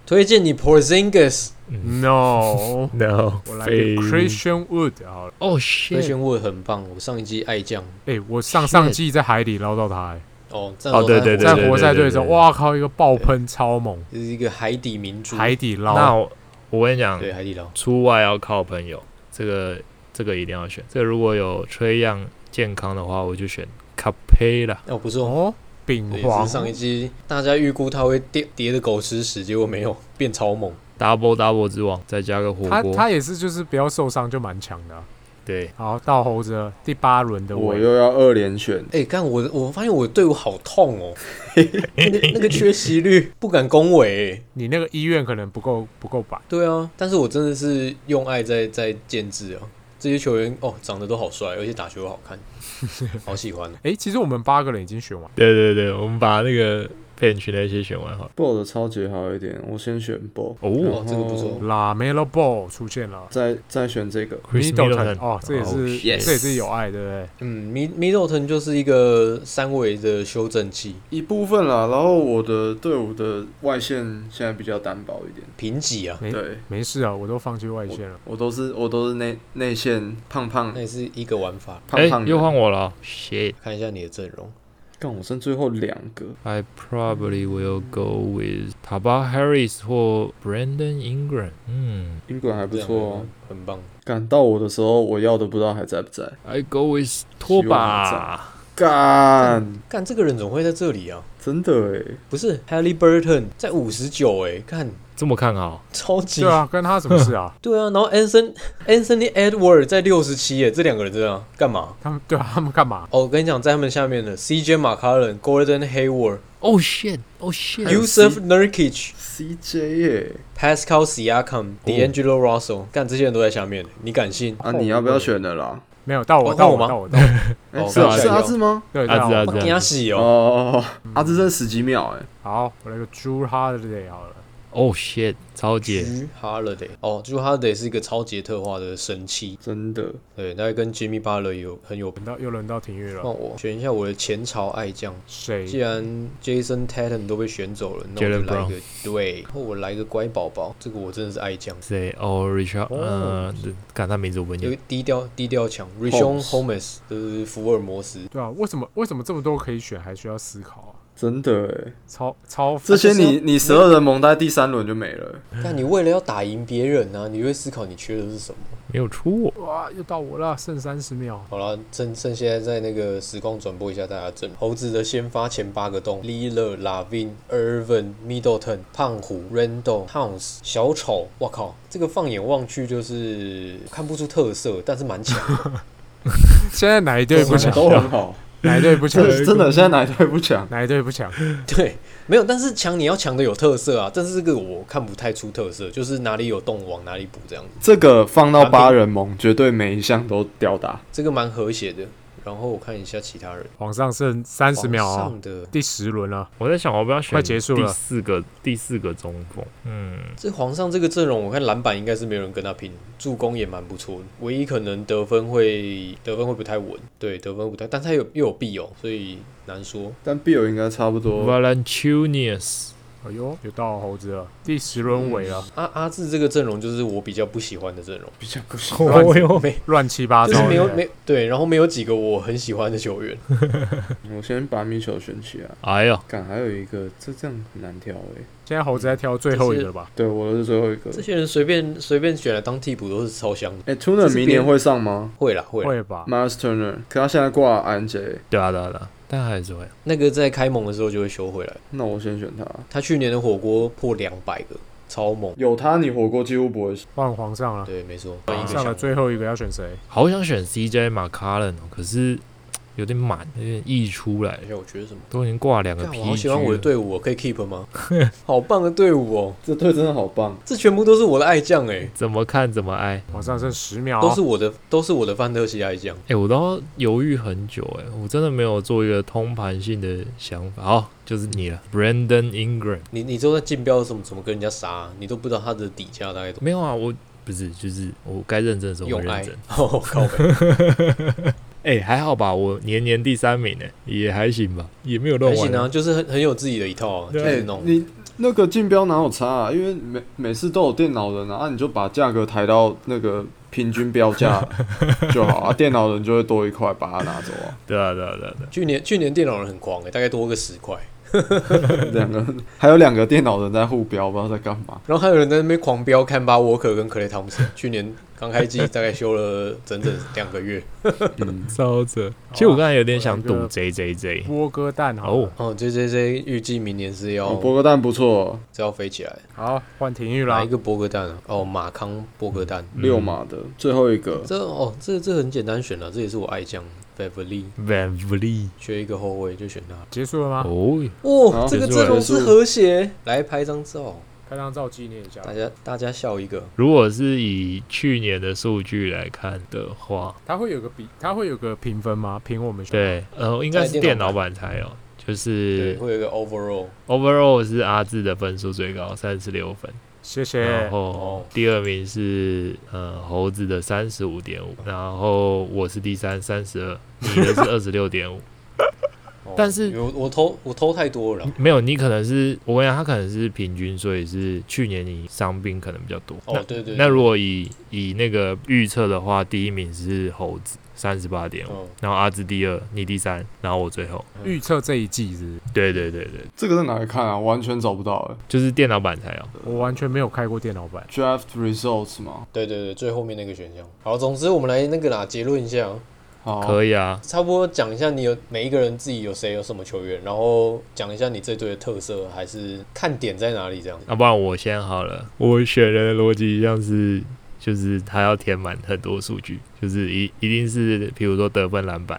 推荐你 Porzingis，嗯 No， No， 我来个 Christian Wood 好了。哦推 shit，荐 Wood 很棒，我上一季爱将哎，我上上季在海里捞到他欸，哦，哦对对在这活塞队的时对对对候，对哇靠，一个爆喷超猛，是一个海底明珠，海底那捞。我我跟你讲，啊对海底捞，出外要靠朋友，这个这个一定要选。这个如果有崔样健康的话，我就选卡佩拉。哦不错。哦，对丙也皇是上一季大家预估他会跌跌的狗吃屎，结果没有变超猛。 double double 之王，再加个火他锅。他也是就是不要受伤就蛮强的啊、对，好，到猴子了第八轮的我尾又要二连选，哎、干我的我发现我的队伍好痛哦， 那个那个缺席率不敢恭维、欸。你那个医院可能不够不够摆，对啊，但是我真的是用爱在在建制啊。这些球员哦，长得都好帅，而且打球又好看，好喜欢哦。哎、其实我们八个人已经选完，对对对，我们把那个 bench 那些选完好了。 b o 的超级好一点，我先选 b o 哦哦这个不错啦 Melo Ball 出现了再再选这个， ，Chris Middleton Middleton，哦，这也是、 yes 这也是有爱，对不对？嗯，Mid Middleton 就是一个三维的修正器，一部分啦。然后我的队伍的外线现在比较单薄一点，贫瘠啊，诶对没事啊，我都放弃外线了。我都是我都是内内线胖胖那也是一个玩法。胖哎胖，的，又换我了。Shit，I 看一下你的阵容，干我剩最后两个， probably will go with t a b a Harris 或 Brandon Ingram。嗯英格兰还不错哦。这样很棒。赶到我的时候，我要的不知道还在不在。 ，I go with 拖希望把。干，干这个人怎么会在这里啊？真的欸诶，不是 Halliburton 在五十九哎，看这么看好，超级对啊，跟他什么事啊？对啊，然后 Anson Anthony Edward 在六十七哎，这两个人这样干嘛？他们对啊，他们干嘛？哦，我跟你讲，在他们下面的 CJ McCollum、Gordon Hayward、哦 shit，哦 shit，有 Yusuf Nurkic、 CJ 耶、 Pascal Siakam、D'Angelo Russell，干这些人都在下面，你敢信？啊，你要不要选的啦？没有到我哦到换我我吗啊到我 到我，哎、哦是啊，看一下是阿有志吗？对，阿到兹我阿兹我惊死哦哦！哦，哦阿志剩十几秒哎、好，我来个 Drew Holiday 好了。哦 shit，超姐。 Drew Holiday 哦，Drew Holiday 是一个超级特化的神器，真的，对，大概跟 Jimmy Butler 有很有。轮到又轮到廷玉了，让我选一下我的前朝爱将，哦既谁？然 Jason Tatum 都被选走了，那我 Jalen 就来一个对，然后我来一个乖宝宝，这个我真的是爱将，谁？哦，Richard，哦嗯，看他名字我不有念个。低调低调强 r i c h o n Holmes Holmes 就是福尔摩斯，对啊，为什么为什么这么多可以选，还需要思考啊？真的哎、超超这些就是你你十二人蒙在第三轮就没了。但你为了要打赢别人呢、啊，你就会思考你缺的是什么。没有出我。哇，又到我了，剩三十秒。好了，趁趁现在在那个时光转播一下大家阵容猴子的先发前八个洞 l i l a Lavin、Irvin、Middleton、胖虎、Randall、Towns、小丑，我靠，这个放眼望去就是看不出特色，但是蛮强。 现在哪一队不哦强？都很好，哪一队不 强真？的真的现在哪一队不强？哪一队不强？对，没有，但是强你要强的有特色啊，但是这个我看不太出特色，就是哪里有洞往哪里补这样子，这个放到八人盟，绝对每一项都吊打。这个蛮和谐的。然后我看一下其他人，往上剩三十秒往哦上，的第十轮啊了。我在想，我要不要选快结束了第四个第四个中锋。嗯，这皇上这个阵容，我看篮板应该是没有人跟他拼，助攻也蛮不错的，唯一可能得分会得分会不太稳，对，得分不太，但他有又有必哦，所以难说。但 Bill 应该差不多 Valanciunas 哎呦，又到猴子了，第十轮尾了，阿啊阿志这个阵容就是我比较不喜欢的阵容，啊比较不喜欢哦哟，没乱七八就糟是的。没有没对，然后没有几个我很喜欢的球员。我先把米球选起来。哎呦，感还有一个，这这样很难挑诶、现在猴子在挑最后一个吧？对，我的是最后一个。这些人随便随便选来当替补都是超香的，哎、t u r n 这 e r 是别明年会上吗会啦会啦。会吧？ ？Miles Turner，可他现在挂 INJ，对啊对啊对啊，但还是会那个在开盟的时候就会修回来。那我先选他。他去年的火锅破两百个，超猛。有他，你火锅几乎不会。换皇上了，对，没错，皇换一个上项的目最后一个要选谁？好想选 CJ 马卡伦哦，可是有点满，有点溢出来等一，下，我觉得什么？都已经挂两个看，我呃 P 好喜欢我的队伍哦，可以 keep 吗？好棒的队伍哦，这队真的好棒，这全部都是我的爱将哎、怎么看怎么爱。皇上剩十秒，哦都是我的，都是我的范特西爱将。哎、我都犹豫很久、哎，我真的没有做一个通盘性的想法。好，就是你了，Brandon Ingram。你你都在竞标怎么怎么跟人家杀、你都不知道他的底价大概多没有啊，我不是，就是我该认真的时候用会爱认真。。 哦靠北，哎、还好吧，我年年第三名呢、欸也还行吧，也没有乱还玩、行啊，就是很很有自己的一套、啊，就对是那种。哎你那个竞标哪有差啊？因为每每次都有电脑人啊，啊你就把价格抬到那个平均标 价就好啊，电脑人就会多一块把它拿走啊。对啊，对啊，对啊，对啊。去年去年电脑人很狂哎、大概多个十块，两个还有两个电脑人在互标，不知道在干嘛。然后还有人在那边狂标看巴沃克跟克雷汤普森，去年刚开机大概修了整整两个月。嗯，烧着。其实我刚才有点想我有赌一个 J J J。波哥蛋好了哦，哦，J J J 预计明年是要哦，波哥蛋不错，是要飞起来，好换体育哪啦一。个波哥蛋啊？哦，马康波哥蛋。六码的最后一个，这哦，这这很简单选了，这也是我爱将 Beverly， Van Vliet。缺一个后卫就选他。结束了吗？哦，哦好，这个结束了阵容是和谐，来拍张照，拍张照纪念一下。大家大家笑一个。如果是以去年的数据来看的话，他会有个比，他会有个评分吗？评我们选对，呃，应该是在电电脑脑版才有，就对，是会有一个 overall， overall 是阿志的分数最高，三十六分，谢谢然。后哦第二名是呃猴子的三十五点五，哦然后我是第三，三十二，你 的是二十六点五，哦但是因为我我偷我偷太多了啦，没有，你可能是我跟你讲，他可能是平均，所以是去年你伤病可能比较多。哦那对对对那如果以以那个预测的话，第一名是猴子三十八点五，嗯，然后阿志第二，你第三，然后我最后。预测这一季是不嗯是对对对对，这个在哪里看啊？完全找不到哎、就是电脑哦版才有。我完全没有开过电脑版。 Draft results 吗？对对对，最后面那个选项。好，总之我们来那个啦，结论一下，哦好，可以啊，差不多讲一下你有每一个人自己有谁有什么球员，然后讲一下你这队的特色，还是看点在哪里这样。要啊不然我先好了。我选人的逻辑像是，就是他要填满很多数据，就是一一定是，比如说得分、篮板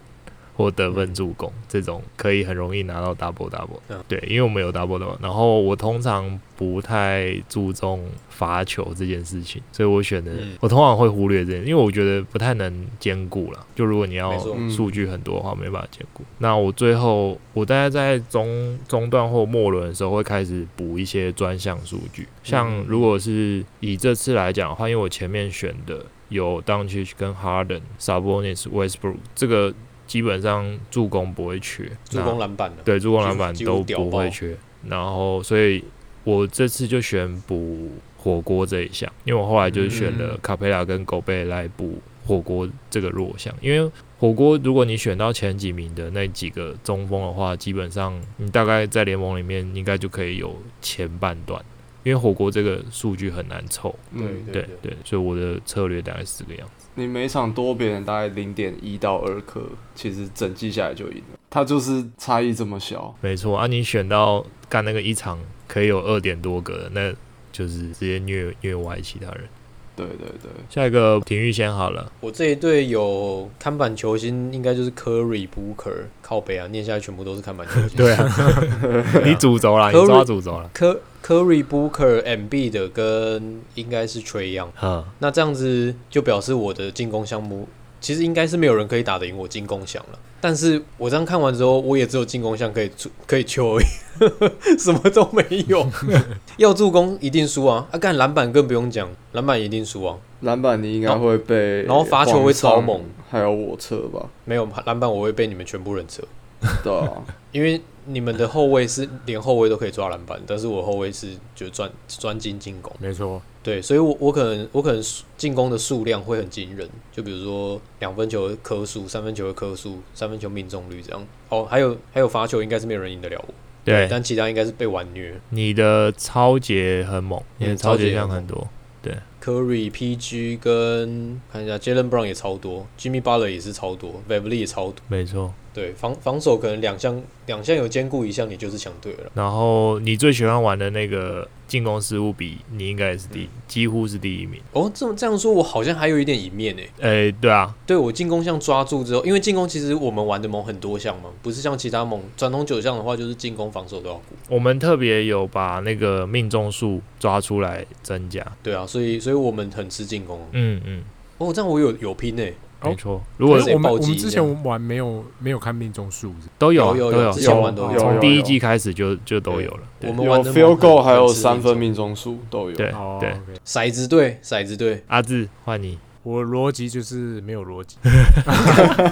或得分、助攻、这种，可以很容易拿到 double double、嗯对，因为我们有 double double，然后我通常不太注重罚球这件事情，所以我选的、嗯我通常会忽略这件，因为我觉得不太能兼顾了。就如果你要没错嗯数据很多的话，没办法兼顾。那我最后，我大概在中中段或末轮的时候会开始补一些专项数据，像嗯如果是以这次来讲的话，因为我前面选的有 d o n c i c 跟 Harden、Sabonis、Westbrook，这个基本上助攻不会缺，助那攻篮板的，对助攻篮板几乎都屌不爆会缺。然后，所以我这次就选补火锅这一项，因为我后来就是选了嗯卡佩拉跟狗贝来补火锅这个弱项，因为。火锅，如果你选到前几名的那几个中锋的话，基本上你大概在联盟里面应该就可以有前半段，因为火锅这个数据很难凑。嗯，对对对，所以我的策略大概是这个样子。你每场多别人大概零点一到二颗，其实整季下来就赢了。他就是差异这么小，没错啊，你选到干那个一场可以有二点多个的，那就是直接虐虐歪其他人。对对对，下一个体育先好了，我这一队有看板球星，应该就是 Curry、Booker、靠北啊，念下来全部都是看板球星。对啊， 你主轴啦，你抓主轴啦，科 Curry、Booker、MB 的跟应该是 Trey Young，嗯，那这样子就表示我的进攻项目其实应该是没有人可以打得赢我进攻项了。但是我这样看完之后，我也只有进攻项可以出可以球而已， 什么都没有。要助攻一定输啊！啊，干篮板更不用讲，篮板一定输啊！篮板你应该会被，然后罚球会超猛， 还有我撤吧，没有篮板我会被你们全部人扯，对啊，因为你们的后卫是连后卫都可以抓篮板，但是我后卫是就专专精进攻。没错，对，所以我我可能我可能进攻的数量会很惊人，就比如说两分球的颗数、三分球的颗数、三分球命中率这样。哦，还有还有罚球，应该是没有人赢得了我，对，但其他应该是被玩虐。你的超节很猛，你的嗯超超节节量很很多， Curry、PG 跟看一下 Jalen Brown 也超多，Jimmy Butler 也是超多 v a v l e 也超多。没错。对，防防守可能两项两项有兼顾一项，你就是强队了啦。然后你最喜欢玩的那个进攻失误比，你应该也是第一，几乎是第一名。哦，这么这样说，我好像还有一点一面欸诶、诶，对啊，对我进攻项抓住之后，因为进攻其实我们玩的盟很多项嘛，不是像其他盟传统九项的话，就是进攻防守都要顾。我们特别有把那个命中数抓出来增加。对啊，所以所以我们很吃进攻。嗯嗯，哦，这样我有有拼诶、哦没错。如果可是我们暴我击们之这样前玩没有没有看命中数，都有啊有有都有之前玩都有从有第一有季开始就就都有了。对我们有玩的 field 盟 goal 很还有很吃三进分攻命中数都有。对哦对， OK 骰子队，骰子队，阿志换你，我逻辑就是没有 逻辑，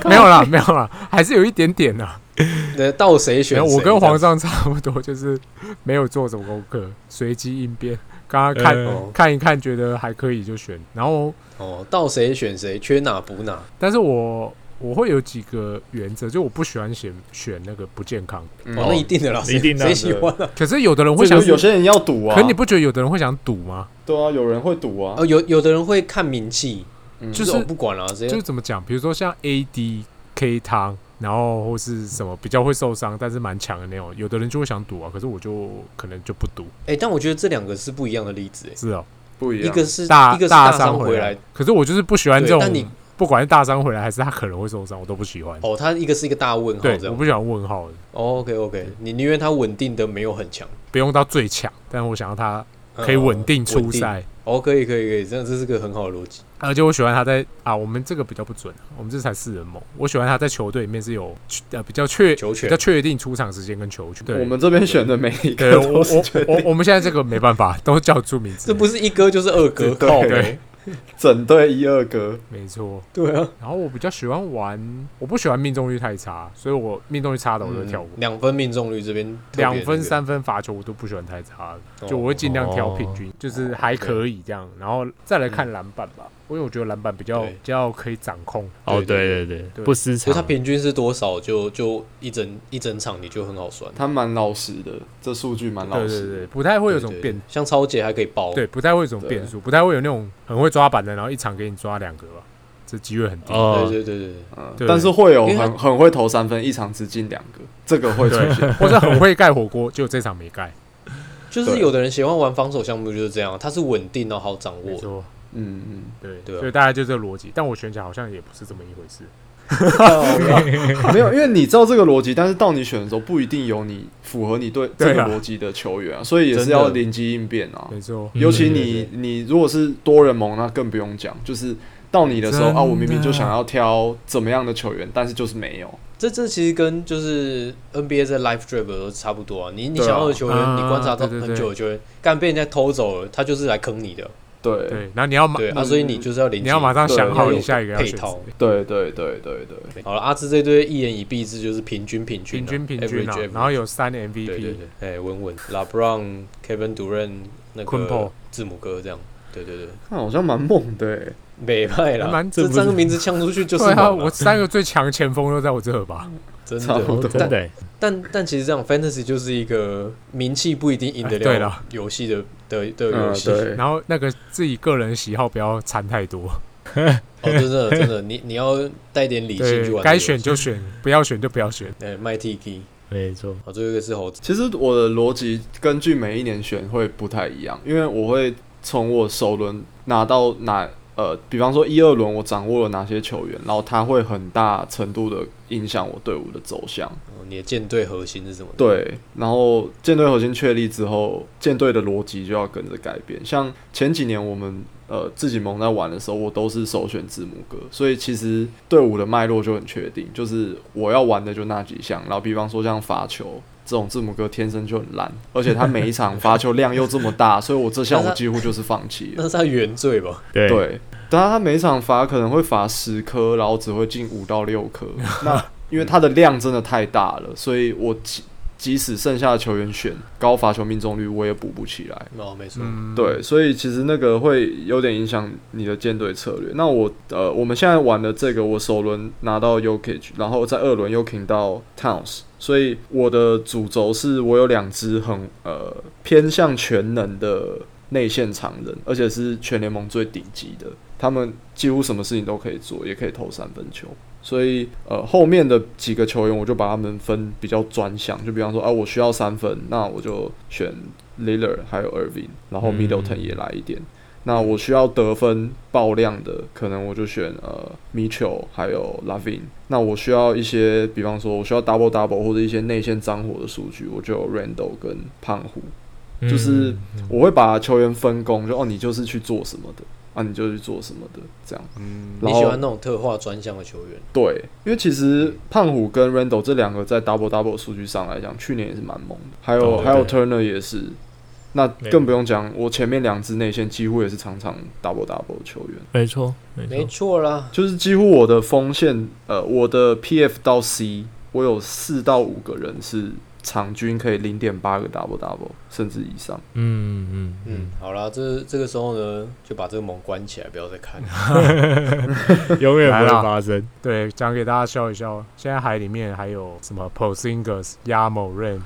没有啦，没有啦，还是有一点点啊啦。呃，到谁选然谁？后我跟皇这样上差不多， 就是没有做什么功课，随机应变。刚刚看、哦呃看一看，觉得还可以就选。然后，哦，到谁选谁，缺哪补哪。但是我我会有几个原则，就我不喜欢选选那个不健 康。嗯哦，那一定的啦，谁一定的谁喜欢啊？可是有的人会这想个，有些人要赌啊，可你不觉得有的人会想赌吗？对啊，有人会赌啊哦，，有有的人会看名气，哦嗯就是我不管了，直就是接怎么讲，比如说像 AD、K 汤，然后或是什么比较会受伤，但是蛮强的那种，有的人就会想赌啊。可是我就可能就不赌，哎，但我觉得这两个是不一样的例子，哎，是哦。不一一样个。是大一个是大伤回来，。可是我就是不喜欢这对，但你种，不管是大伤回来还是他可能会受伤，我都不喜欢。哦，他一个是一个大问号对这，我样。不喜欢问号的， OK OK，你哦宁愿他稳定的没有很强，不用到最强，但我想要他嗯可以稳定出。稳定赛，哦，可以可以可以，这样这是个很好的逻辑。而且我喜欢他在啊，我们这个比较不准，啊我们这才四人盟，我喜欢他在球队里面是有呃比较确球比权较确定出场时间跟球权。对，我们这边选的每一对个我都是我我我们现在这个没办法，都叫出名字，这不是一哥就是二哥，对靠对北整队一二个，没错。对啊，然后我比较喜欢玩，我不喜欢命中率太差，所以我命中率差的我就跳过。嗯两分命中率这边特别两那分、个三分、罚球我都不喜欢太差的，哦就我会尽量挑平均，就是还可以这样，然后再来看篮板吧，因为我觉得篮板比较嗯对比较可以掌控。哦，对对对对，对不失所以他常。平均是多少就就一整一整场你就很好算，他蛮老实的，这数据蛮老对对对，实的。不太会有对哦种对变对，像超姐还可以包，对，不太会有种变数，不太会有那种很会抓板的，然后一场给你抓两个吧，这机会很 低。对哦，对对对对，嗯对但是会有因为他很很会投三分，一场只进两个，这个会出对现。或者很会盖火锅，就这场 没盖。就是对有的人喜欢玩防守项目就是这样，它是稳定然后好掌没握，错，嗯嗯，对，对啊所以大家就这个逻辑。但我选起来好像也不是这么一回事。 没有，因为你知道这个逻辑，但是到你选的时候不一定有你符合你对这对啊个逻辑的球员啊，所以也是真的要灵机应变哦啊。没错，尤其嗯你你如果是多人盟，那更不用讲，就是到你的时候真的啊，我明明就想要挑怎么样的球员，但是就是没有。这这其实跟就是 NBA 在 Life Drive 都差不多啊，你你对啊想要的球员，啊你观察到对对对很久的球员，干被人家偷走了，他就是来坑你的，对对，然后你要马嗯对啊，所以你就是要临你要马上想好对你下一个要配选谁套。对对对对对，好了，阿芝这堆一言以蔽之就是平均平均平啊均平均啊 average，average，然后有三对对 MVP，对，哎，稳稳，LeBron、Kevin Durant 那 Kun Paul 个字母哥这样，对对对，那好像蛮猛的欸。美派还啦，蛮这这不三个是名字呛出去就是对啊，猛啊嗯我三个最强前锋都在我这儿吧。真差不的多哦真的欸，但但其实这样，fantasy 就是一个名气不一定赢得哎对了啦游戏的的的嗯游，戏。对，然后那个自己个人喜好不要掺太多，哦，真的真的，你你要带点理性去对，玩。该选，就选，不要选就不要选。哎，麦 T K，没错。好，最后一个是猴子。其实我的逻辑根据每一年选会不太一样，因为我会从我首轮拿到哪呃，比方说一二轮我掌握了哪些球员，然后他会很大程度的影响我队伍的走向。哦你的舰队核心是什么？对，然后舰队核心确立之后，舰队的逻辑就要跟着改变。像前几年我们呃自己盟在玩的时候，我都是首选字母哥，所以其实队伍的脉络就很确定，就是我要玩的就那几项。然后比方说像罚球。这种字母哥天生就很烂，而且他每一场罚球量又这么大，所以我这项我几乎就是放弃了那。是他原罪吧？对对，但他每一场罚可能会罚十颗，然后只会进五到六颗。那因为他的量真的太大了，所以我几即使剩下的球员选高罚球命中率，我也补不起来。哦，没错，嗯，对，所以其实那个会有点影响你的舰队策略。那我呃，我们现在玩的这个，我首轮拿到 Yokage，然后在二轮又 king 到 Towns，所以我的主轴是我有两支很呃偏向全能的内线常人，而且是全联盟最顶级的，他们几乎什么事情都可以做，也可以投三分球。所以呃，后面的几个球员我就把他们分比较专项，就比方说啊，我需要三分，那我就选 Lillard 还有 Irving，然后嗯 Middleton 也来一点。那我需要得分爆量的，可能我就选呃 Mitchell 还有 Lavin。那我需要一些，比方说我需要 double double 或者一些内线脏活的数据，我就有 Randall 跟胖虎。嗯就是我会把球员分工，就哦你就是去做什么的啊，你就去做什么的这样。嗯然你后喜欢那种特化专项的球员，对，因为其实胖虎跟 Randall 这两个在 double double 数据上来讲，去年也是蛮猛的，还有、哦还有对 Turner 也是。那没更不用讲，我前面两支内线几乎也是常常 double double 的球员，没错，没没错，嗯错啦。就是几乎我的锋线，呃，我的 PF 到 C，我有四到五个人是场均可以零点八个 double double 甚至以上。嗯嗯嗯，好啦，这这个时候呢，就把这个门关起来，不要再看了。嗯，永远来不会啦发生。对，讲给大家笑一笑。现在海里面还有什么 Posingas、Yamo、Rain、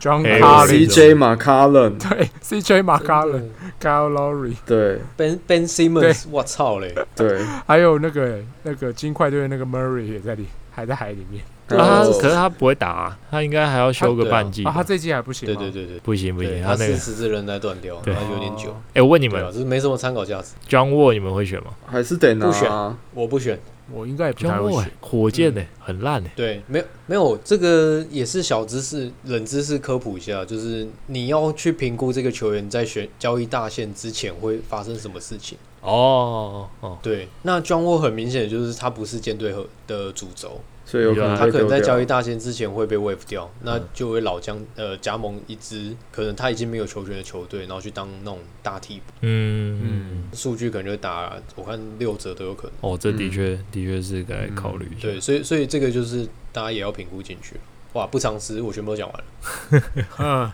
John 哎 Collins、 Collins CJ 嘛 c o l l i n 对 CJ m 哎 c c a l 真 l u m 的 Kyle Lowry，对 Ben Ben Simmons，我操嘞！对，还有那个那个金块队的那个 Murray 也在里，还在海里面。还有啊，可是他不会打、啊，他应该还要休个半季吧、啊，他这季还不行对吗？对对对，不行不对行，他那四个，十字韧带断掉，对然后有点久哦。。哎、我问你对啊，们这没什么参考价值。 ，John Wall 你们会选吗还是得拿、不选啊。我不选。我应该也不？John 太会 Wall 选欸。火箭呢、很烂呢、欸对，没有没有，这个也是小知识、冷知识科普一下，就是你要去评估这个球员在选交易大限之前会发生什么事情。哦哦，对，那 John Wall 很明显就是他不是舰队和的主轴，所以有可有能啊他被可能丢在掉交易大限之前会被 waive 掉，那嗯就会老将呃加盟一支可能他已经没有球权的球队，然后去当那种大替补，嗯嗯嗯，数据可能就打我看六折都有可能。哦，这的嗯确、的确是该考虑一下。嗯对，所以所以这个就是大家也要评估进去。哇，不藏私，我全部都讲完了，嗯，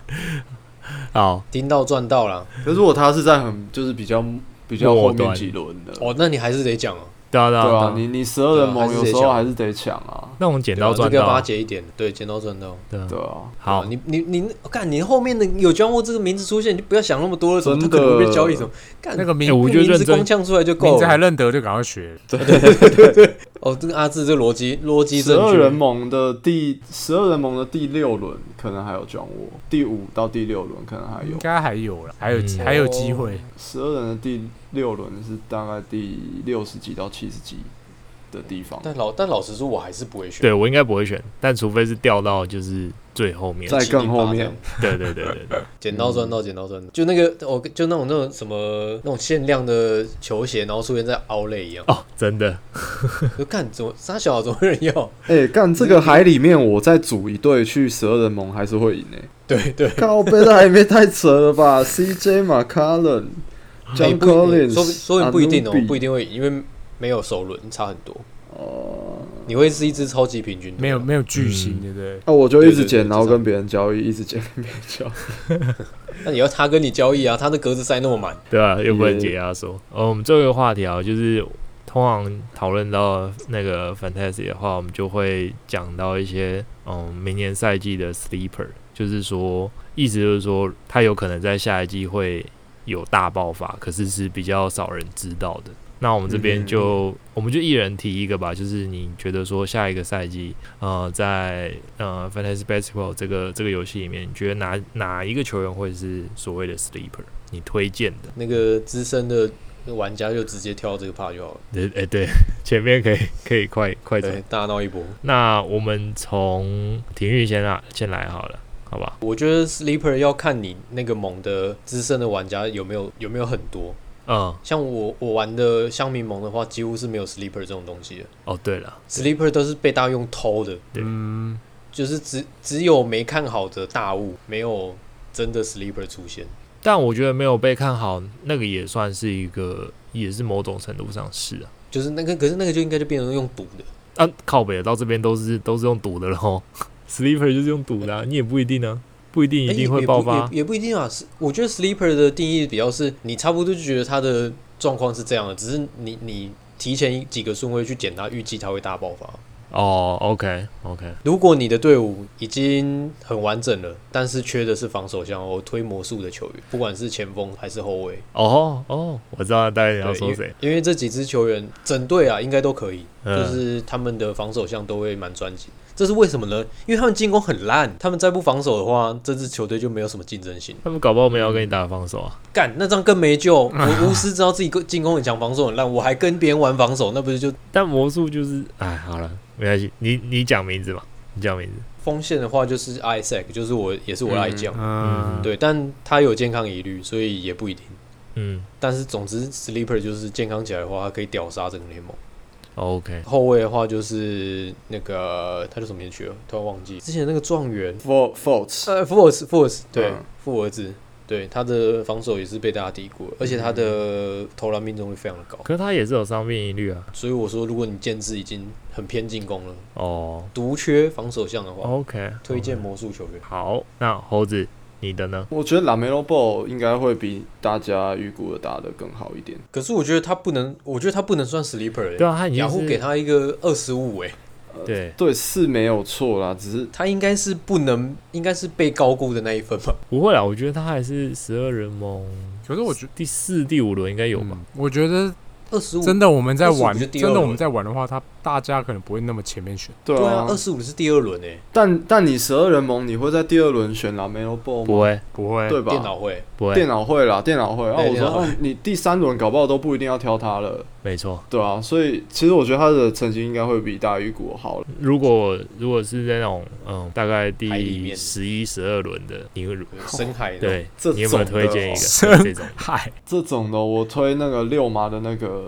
好，听到赚到啦。可是如果他是在很就是比较比较后面几轮的，哦，那你还是得讲啊，对啊对对啊，对啊，你你十二人对盟啊还是有得时候抢还是得抢啊，那我们捡对啊到这赚个要到把它啊，解一点，对，剪刀赚到。对啊对啊，好对啊，你你你，干，你后面的有江户这个名字出现，你就不要想那么多了，什么他真可能会被的交易什么，干那个哎名我觉得名字认真光呛出来就名够字还了。认得就赶快学。哦，这个阿志这个逻辑逻辑十正二人确，哦盟的第十二人盟的第六轮可能还有庄沃，第五到第六轮可哎能还有应，该还有了，还有、嗯还有机哦会。十二人的第六轮是大概第六十几到七十几的地方，但老但老实说，我还是不会选。对我应该不会选，但除非是掉到就是最后面，在更七后八这面样，对对对对对，，剪刀赚到，剪刀赚到，就那个我就那种那种什么那种限量的球鞋，然后出现在凹类一样 哦，真的，就干怎么傻小怎么会有人要？哎，干这个海里面我再组一队去十二人盟还是会赢诶，对对，靠背的海里面太扯了吧，CJ 马卡伦。哎 John 不一 Collins，啊说不说不定不一定哦 Anunoby，不一定会赢，因为没有首轮差很多，哦，你会是一支超级平均队没有啊没有巨星，嗯对不对？啊那我就一对直对捡，对然后至少跟别人交易，一直 捡跟别人交易。那你要他跟你交易啊，他的格子塞那么满，对啊，又不能也解压缩。呃，我们最后一个话题啊，就是通常讨论到那个 fantasy 的话，我们就会讲到一些嗯，明年赛季的 sleeper，就是说，意思就是说，他有可能在下一季会有大爆发，可是是比较少人知道的。那我们这边就，我们就一人提一个吧，就是你觉得说下一个赛季，呃，在呃 fantasy basketball 这个这个游戏里面，你觉得哪哪一个球员会是所谓的 sleeper？你推荐的？那个资深的玩家就直接跳到这个趴就好了，对，哎、对，前面可以可以快快走对。，大闹一波。那我们从体育先啦，先来好了，好吧？我觉得 sleeper 要看你那个盟的资深的玩家有没有有没有很多，嗯，像我我玩的香民盟的话，几乎是没有 sleeper 这种东西的哦，对了， ，sleeper 都是被大家用偷的，对嗯，就是只只有没看好的大物，没有真的 sleeper 出现。但我觉得没有被看好，那个也算是一个，也是某种程度上是啊。就是那个，可是那个就应该就变成用赌的，啊，靠北到这边都是都是用赌的喽， sleeper 就是用赌的啊、你也不一定啊，不一定一哎诶也定会爆发。也不也，也不一定啊。是我觉得 sleeper 的定义比较是，你差不多就觉得它的状况是这样的，只是你你提前几个顺位去捡它，预计它会大爆发。哦，OK OK，如果你的队伍已经很完整了，但是缺的是防守像我推魔术的球员，不管是前锋还是后卫，哦哦，我知道大概你要对说谁，因为这几支球员整队啊，应该都可以，嗯就是他们的防守项都会蛮专精。这是为什么呢？因为他们进攻很烂，他们再不防守的话，这支球队就没有什么竞争性。他们搞不好没有要跟你打防守啊。干，那这样更没 救。我巫师知道自己进攻很强，防守很烂，我还跟别人玩防守，那不是就但魔术就是，哎，好了，没关系，你你讲名字嘛，你讲名字。锋线的话就是 Isaac，就是我也是我的爱将，嗯，对，但他有健康疑虑，所以也不一定。嗯但是总之，Sleeper 就是健康起来的话，他可以屌杀整个联盟。哦，OK，后卫的话就是那个他叫什么名字去了，突然忘记之前那个状元， Fort Fort，呃，福尔斯，福尔斯，对嗯，富儿子，对他的防守也是被大家低估嗯了，而且他的投篮命中率非常的高。可是他也是有伤病疑虑啊。所以我说，如果你建制已经很偏进攻了，哦独缺防守项的哦话， ，OK，推荐魔术球员。好，那猴子，你的呢？我觉得 Lamelo Ball 应该会比大家预估的打得更好一点。可是我觉得他不能，我觉得他不能算 sleeper 对欸。啊，他已经雅虎是给他一个二十五，哎，对，对，是没有错啦，只是他应该是不能，应该是被高估的那一分吧？不会啦，我觉得他还是十二人盟可是我觉第四、第五轮应该有吧？嗯我觉得二十五真的我们在玩， 25是第二真的我们轮在玩的话，他大家可能不会那么前面选。对对啊啊，，二十五是第二轮欸诶，但但你十二人盟，你会在第二轮选 Lamelo Ball 吗？不会，不会，对嗯电吧？脑会不会，电脑会啦，电脑会。啊，对我说、电脑会啊、你第三轮搞不好都不一定要挑他了，没错。对啊。所以其实我觉得他的成绩应该会比大家预估好了。如果如果是那种嗯，大概海里第面十一、十二轮的，你会如对深海的，哦对，这你有没种有的推荐一个种的这种嗨，这种的，我推那个六麻的那个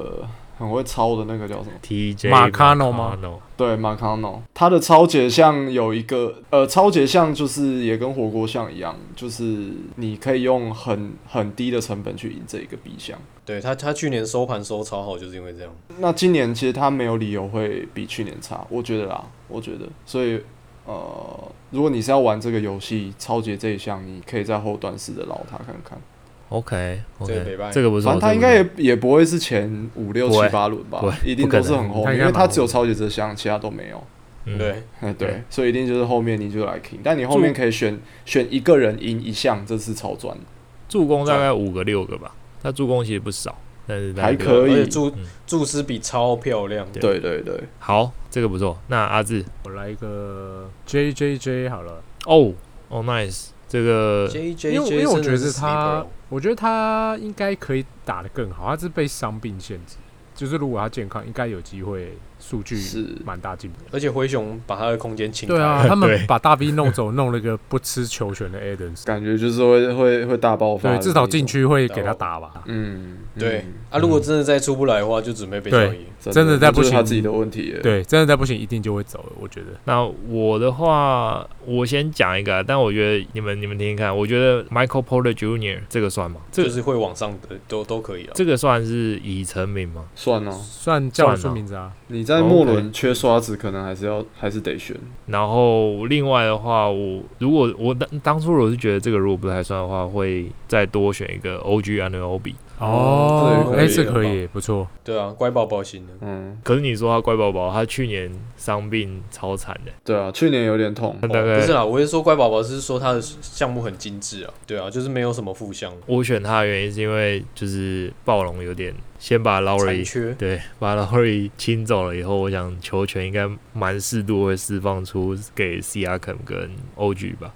很会抄的那个叫什么？ TJ Marcano 吗吗？对，马卡诺，他的超解像有一个，呃，超解像就是也跟火锅像一样，就是你可以用很很低的成本去赢这一个 B 项。对他他去年收盘收超好，就是因为这样。那今年其实他没有理由会比去年差，我觉得啦，我觉得，所以呃，如果你是要玩这个游戏，超解这一项，你可以在后段试着捞他看看， OK 这个北拜 OK，这个不错，反正他这个应不错该也也不会是前五六不七会八轮吧不会，一定不可都能是很后他面，应该因为他蛮只有后超面解这项，其他都没有。嗯对，哎， 对对，所以一定就是后面你就来 king，但你后面可以选选一个人赢一项，这是超赚的。助攻大概五个六个吧，他助攻其实不少，但是大概还六个可以而且注嗯注师比超漂亮，对对对对，好，这个不错。那阿志，我来一个 J J J 好了，哦哦，nice，这个 J 因 J 为 J，因为我觉得是欸他，我觉得他应该可以打得更好，他是被伤病限制，就是如果他健康，应该有机会数据是蛮大进步的。而且灰熊把他的空间清开，对啊，他们对把大 B 弄走，弄了一个不吃球权 的 Adams，感觉就是会会会大爆发的对，那一种。至少禁区会给他打吧。嗯，嗯，对啊，如果真的再出不来的话，就准备被交易。真真的再这就是不他行自己的问题了。对，真的再不行一定就会走了，我觉得。那我的话，我先讲一个啊，但我觉得你们你们听听看，我觉得 Michael Porter Jr. 这个算吗？这就个是会往上的都都可以啊。这个算是已成名吗？算了，算叫得算出了名字啊，你在末轮缺刷子，可能还是要还是得选。然后另外的话，我如果我当当初我是觉得这个如果不太算的话，会再多选一个 OG and OB。哦哎，这这个可可以以，不错。对啊，乖宝宝型的，嗯，可是你说他乖宝宝，他去年伤病超惨的，对啊，去年有点痛他，大哦不概是啦，我是说乖宝宝是说他的项目很精致啊，对啊，就是没有什么负项，我选他的原因是因为就是暴龙有点先把劳瑞残缺，对，把劳瑞清走了以后，我想球权应该蛮适度会释放出给 C R 肯跟 O G 吧，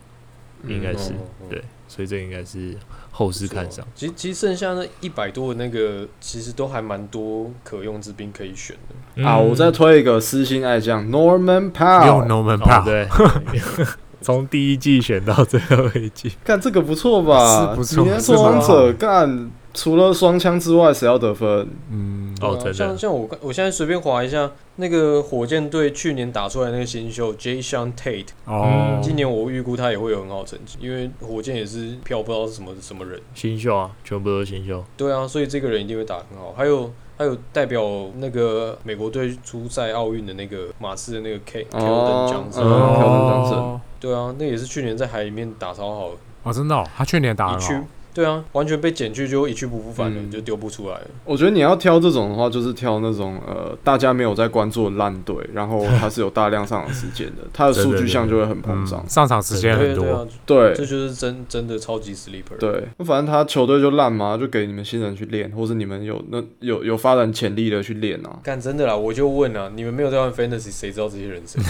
应该是嗯嗯啊对所以这应该是后市看上。其实其实剩下那一百多的那个，其实都还蛮多可用之兵可以选的。啊。嗯我再在推一个私心爱将 Norman 用 Powell， Norman 哦 Powell，对，从第一季选到最后一季，干这个不错吧？是不错你的是不错双者干除了双枪之外，谁要得分？嗯，哦对真的啊像像我刚我现在随便划一下，那个火箭队去年打出来那个新秀 J. Sean Tate，哦嗯，今年我预估他也会有很好的成绩，因为火箭也是票不知道是什么什么人。新秀啊，全部都是新秀。对啊，所以这个人一定会打得很好。还有还有代表那个美国队出赛奥运的那个马刺的那个 K K o n 哦嗯乔丹当哦政，对啊，那也是去年在海里面打超好的，哦，真的哦，他去年打一得去很对啊，完全被减去就一去不复返了，嗯就丢不出来了。我觉得你要挑这种的话，就是挑那种呃大家没有在关注的烂队，然后它是有大量上场时间的，它的数据项就会很好，膨胀嗯，。上场时间对很啊对多，啊，对这就是真真的超级 sleeper。对，反正他球队就烂嘛，就给你们新人去练，或是你们有那有有发展潜力的去练啊，干真的啦，我就问啊，你们没有在玩 fantasy，谁知道这些人 谁？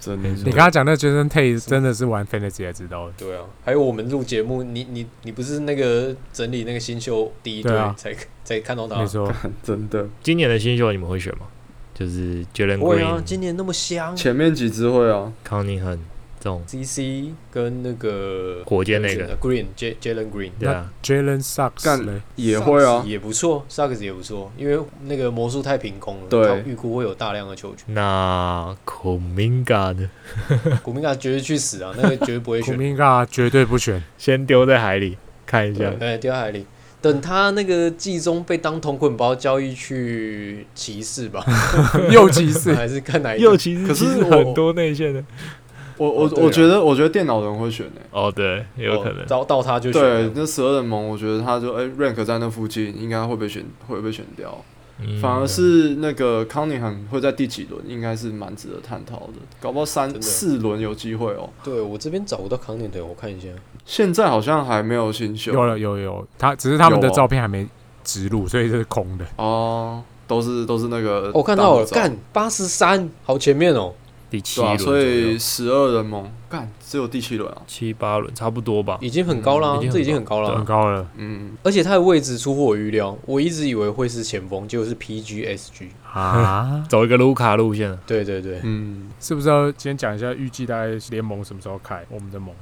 真没错的。你刚刚讲那 Jason Tate 真的是玩 Fantasy 才知道的，对啊，还有我们录节目，你你你不是那个整理那个新秀第一队对啊才才看到他没，错，真的，今年的新秀你们会选吗？就是 Jalen 不会啊，今 Green、年那么香前面几支会啊， Cunningham 这种， ，CC 跟那个火箭那个 Green J Jalen Green 对啊， Jalen Sucks 干嘞，也会啊 Suggs，也不错，Suggs 也不错，因为那个魔术太凭空了，对他预估会有大量的球 权，那 Kuminga 的古明卡绝对去死啊，那个绝对不会 k u 选 m，i g a 绝对不选，先丢在海里看一下 对，哎，掉海里。等他那个季中被当同捆包交易去骑士 吧，又骑士，还是看哪一队又其实可是其实我很多内线的。我我哦对啊我觉得我觉得电脑人会选诶、哦，对，也有可哦能。到到他就选啊对了，那十二人盟，我觉得他就哎、rank 在那附近，应该会被选会被选掉，嗯反而是那个康宁汉会在第几轮，应该是蛮值得探讨的，搞不好真三的四轮有机会哦。对我这边找不到康点的，我看一下。现在好像还没有新秀有了有有，他只是他们的有哦照片还没植入，所以这是空的。哦，都是都是那个哦我、看到了，大合照干八十三，好前面哦。第七对啊，轮左所以右，十二人盟干只有第七轮啊，七八轮差不多吧。已经很高啦，嗯已经很这已经很高啦。很高了嗯，而且他的位置出乎我预料，我一直以为会是前锋，结果是 PGSG。 啊！走一个卢卡路线了，对对对，嗯，是不是要先讲一下预计大概联盟什么时候开？我们的盟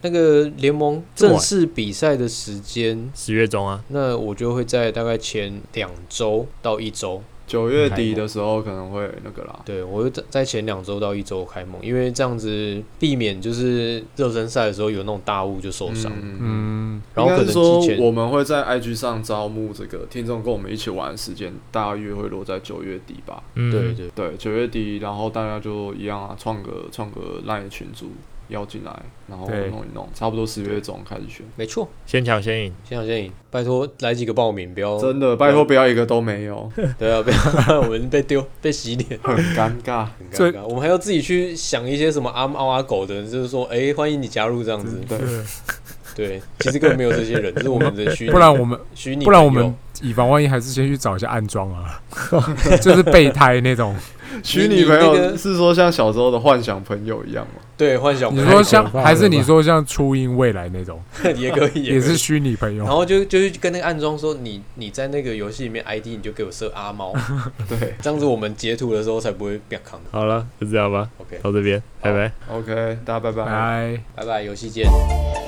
那个联盟这么正晚式比赛的时间，十月中啊，那我就会在大概前两周到一周，九月底的时候可能会那个啦，对我会在在前两周到一周开盟，因为这样子避免就是热身赛的时候有那种大物就受伤，嗯，嗯，然后应可该能是说提前我们会在 IG 上招募这个听众跟我们一起玩的时间，大约会落在九月底吧。嗯，对对对，九月底，然后大家就一样啊，创个创个赖群组邀进来，然后对弄一弄，差不多十月中开始选。没错，先抢先赢，先想先赢，拜托来几个报名，不要真的，拜托不要一个都没 有，对啊，不要 我们被丢被洗脸。很尴尬。很所尴以尬，我们还要自己去想一些什么阿猫阿狗的，就是说，哎、欢迎你加入这样子。对，对，其实根本没有这些 人，这是我们的虚拟，不然我们虚拟朋友，不然我们以防万一，还是先去找一下暗装啊， 就是备胎那种。虚你拟你朋那个友是说像小时候的幻想朋友一样吗？对幻想你朋说友像太可怕了吧还是你说像初音未来那种， 也可以，也可以是。虚拟朋然友，后就就去跟那个暗装说，你你在那个游戏里面 ID 你就给我设阿猫，对这样子我们截图的时候才不会变康。好了，就这样吧， OK，到这边，拜拜。 ，OK，大家拜拜。拜。拜拜，游戏见。拜拜。